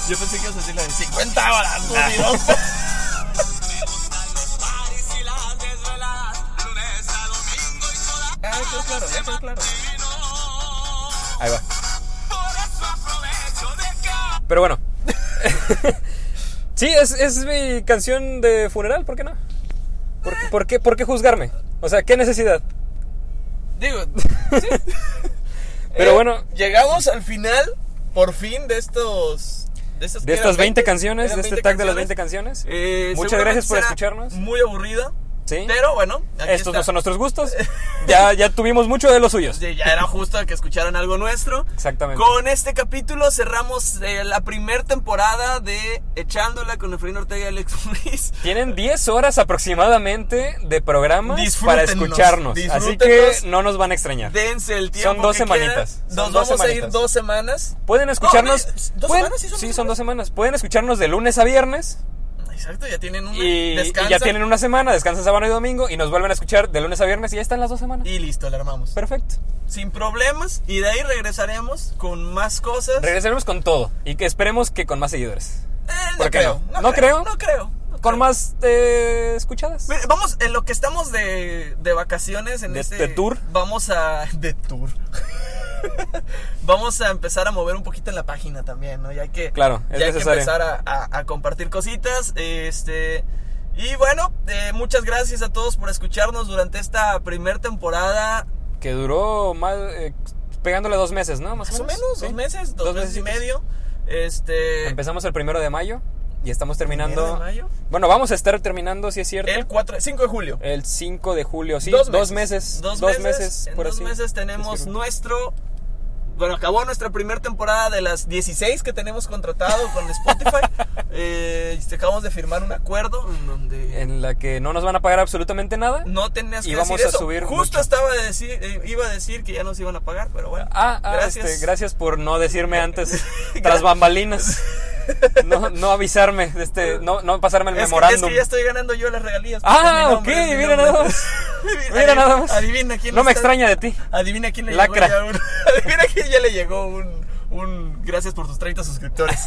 Speaker 1: Yo pensé que ibas a decir la de 50 horas, tú, mi Dios. [LAUGHS] Ah, quedó claro, ya quedó claro.
Speaker 2: Ahí va. Pero bueno. [LAUGHS] sí, es, es mi canción de funeral, ¿por qué no? ¿Por,
Speaker 1: Ah.
Speaker 2: por qué, por qué juzgarme? O sea, ¿qué necesidad?
Speaker 1: Digo,
Speaker 2: Pero
Speaker 1: eh,
Speaker 2: bueno,
Speaker 1: llegamos al final, por fin, de estos. De estas,
Speaker 2: de
Speaker 1: ¿qué eran?
Speaker 2: estas 20 canciones,
Speaker 1: Eran
Speaker 2: de este
Speaker 1: 20
Speaker 2: tag de las 20
Speaker 1: canciones.
Speaker 2: canciones.
Speaker 1: Eh,
Speaker 2: Muchas
Speaker 1: seguramente
Speaker 2: gracias por
Speaker 1: será
Speaker 2: escucharnos.
Speaker 1: Muy aburrida.
Speaker 2: Sí.
Speaker 1: Pero bueno, aquí
Speaker 2: Estos
Speaker 1: está.
Speaker 2: no son
Speaker 1: [LAUGHS]
Speaker 2: nuestros gustos. Ya, ya tuvimos mucho de los suyos.
Speaker 1: Sí, Ya era justo que escucharan algo nuestro.
Speaker 2: Exactamente.
Speaker 1: Con este capítulo cerramos eh, la primer temporada de Echándola con Efraín Ortega y Alex Ruiz.
Speaker 2: Tienen 10 horas aproximadamente de programa para
Speaker 1: Disfrútennos,
Speaker 2: escucharnos. Así que
Speaker 1: disfrútennos.
Speaker 2: no nos van a extrañar.
Speaker 1: Dense el tiempo.
Speaker 2: Son dos
Speaker 1: que quieran.
Speaker 2: semanitas. Son
Speaker 1: Nos
Speaker 2: dos
Speaker 1: vamos a ir
Speaker 2: semanitas.
Speaker 1: dos semanas.
Speaker 2: Pueden escucharnos.
Speaker 1: No, ¿dos
Speaker 2: pueden-
Speaker 1: semanas? ¿Sí son dos
Speaker 2: sí, son dos semanas. Pueden escucharnos de lunes a viernes.
Speaker 1: Exacto, ya tienen un
Speaker 2: y, y
Speaker 1: descanso.
Speaker 2: ya tienen una semana, descansan sábado y domingo y nos vuelven a escuchar de lunes a viernes y ya están las dos semanas.
Speaker 1: Y listo, la armamos.
Speaker 2: Perfecto.
Speaker 1: Sin problemas. Y de ahí regresaremos con más cosas.
Speaker 2: Regresaremos con todo y que esperemos que con más seguidores.
Speaker 1: Eh, no,
Speaker 2: ¿Por qué
Speaker 1: creo,
Speaker 2: no? ¿No creo?
Speaker 1: No creo. no creo.
Speaker 2: Con más eh, escuchadas.
Speaker 1: Mire, Vamos, en lo que estamos de, de vacaciones en
Speaker 2: De-
Speaker 1: este
Speaker 2: de tour.
Speaker 1: vamos
Speaker 2: [LAUGHS]
Speaker 1: a de tour. [LAUGHS] vamos a empezar a mover un poquito en la página también, ¿no? Y hay que
Speaker 2: Claro, es
Speaker 1: ya hay que
Speaker 2: necesario.
Speaker 1: empezar a, a- a compartir cositas, este y bueno, eh, muchas gracias a todos por escucharnos durante esta primera temporada.
Speaker 2: Que duró más, eh, pegándole dos meses, ¿no? Más,
Speaker 1: Más o menos,
Speaker 2: ¿sí?
Speaker 1: dos meses, dos, meses y
Speaker 2: mesecitos.
Speaker 1: medio. Este
Speaker 2: Empezamos el primero de mayo y estamos terminando.
Speaker 1: ¿Primero de mayo?
Speaker 2: Bueno, vamos a estar terminando, si es cierto.
Speaker 1: el 4, 5 de julio.
Speaker 2: El 5 de julio, sí. Dos meses. Dos meses,
Speaker 1: Dos, meses. En
Speaker 2: por
Speaker 1: dos
Speaker 2: así
Speaker 1: meses tenemos
Speaker 2: decirlo.
Speaker 1: nuestro. Bueno, acabó nuestra primera temporada de las 16 que tenemos contratado con
Speaker 2: [LAUGHS]
Speaker 1: Spotify. Eh, acabamos de firmar un acuerdo en donde
Speaker 2: En la que no nos van a pagar absolutamente nada.
Speaker 1: no tenías que
Speaker 2: y vamos
Speaker 1: decir
Speaker 2: a
Speaker 1: eso.
Speaker 2: subir
Speaker 1: Justo
Speaker 2: mucho.
Speaker 1: estaba de decir, eh, iba a decir que ya nos iban a pagar, pero bueno.
Speaker 2: Ah, ah, este,
Speaker 1: gracias.
Speaker 2: gracias. por no decirme
Speaker 1: [LAUGHS]
Speaker 2: antes, tras bambalinas. No, no avisarme, de este, no, no pasarme el
Speaker 1: Es que- Es que,
Speaker 2: memorándum.
Speaker 1: ya estoy ganando yo las regalías.
Speaker 2: Ah,
Speaker 1: Es mi nombre,
Speaker 2: ok,
Speaker 1: es mi
Speaker 2: mira
Speaker 1: nombre. [LAUGHS]
Speaker 2: nada más. Mira nada más.
Speaker 1: Adivina quién
Speaker 2: No me
Speaker 1: está-
Speaker 2: extraña de ti.
Speaker 1: Adivina quién le
Speaker 2: Lacra.
Speaker 1: llegó ya un, [LAUGHS] Adivina quién ya le llegó un, un gracias por tus 30
Speaker 2: [LAUGHS]
Speaker 1: suscriptores.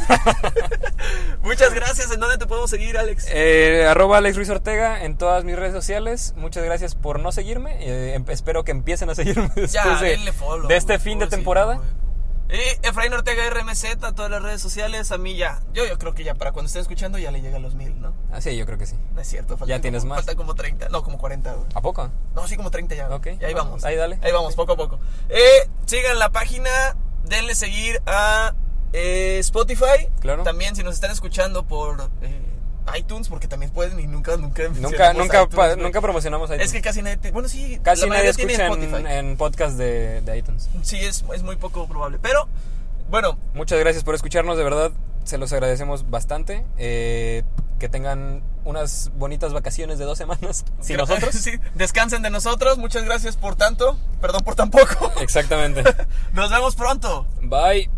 Speaker 1: Muchas gracias. ¿En dónde te podemos seguir, Alex?
Speaker 2: Eh, arroba Alex Ruiz Ortega en todas mis redes sociales. Muchas gracias por no seguirme. Eh, em- espero que empiecen a seguirme [LAUGHS] después pues de,
Speaker 1: denle follow,
Speaker 2: de este
Speaker 1: güey,
Speaker 2: fin de
Speaker 1: pobrecito,
Speaker 2: temporada.
Speaker 1: güey. Y Efraín Ortega RMZ, a todas las redes sociales, a mí ya. Yo, yo creo que ya para cuando estén escuchando ya le llega a los mil, ¿no?
Speaker 2: Ah, sí, yo creo que sí.
Speaker 1: No es cierto, falta
Speaker 2: Ya tienes
Speaker 1: como,
Speaker 2: más.
Speaker 1: Falta como 30, no, como 40, güey.
Speaker 2: ¿A poco?
Speaker 1: No, sí, como 30 ya.
Speaker 2: Ok.
Speaker 1: Y ahí vamos.
Speaker 2: Ahí dale.
Speaker 1: Ahí vamos, poco a poco. Eh, sigan la página, denle seguir a eh, Spotify.
Speaker 2: Claro.
Speaker 1: También si nos están escuchando por eh, iTunes, porque también pueden y nunca, nunca.
Speaker 2: Nunca,
Speaker 1: mencionamos
Speaker 2: nunca,
Speaker 1: iTunes,
Speaker 2: pa-
Speaker 1: güey.
Speaker 2: nunca promocionamos iTunes.
Speaker 1: Es que casi nadie. te- Bueno, sí.
Speaker 2: Casi
Speaker 1: la
Speaker 2: nadie
Speaker 1: mayoría tiene
Speaker 2: escucha en, eh,
Speaker 1: Spotify.
Speaker 2: en podcast de, de iTunes.
Speaker 1: Sí, es, es muy poco probable. Pero, bueno,
Speaker 2: Muchas gracias por escucharnos, de verdad, se los agradecemos bastante. Eh, que tengan unas bonitas vacaciones de dos semanas [LAUGHS] sin
Speaker 1: creo- [LAUGHS]
Speaker 2: nosotros.
Speaker 1: sí, descansen de nosotros.
Speaker 2: [LAUGHS]
Speaker 1: Muchas gracias por tanto. Perdón por tan poco.
Speaker 2: Exactamente.
Speaker 1: Nos vemos pronto.
Speaker 2: Bye.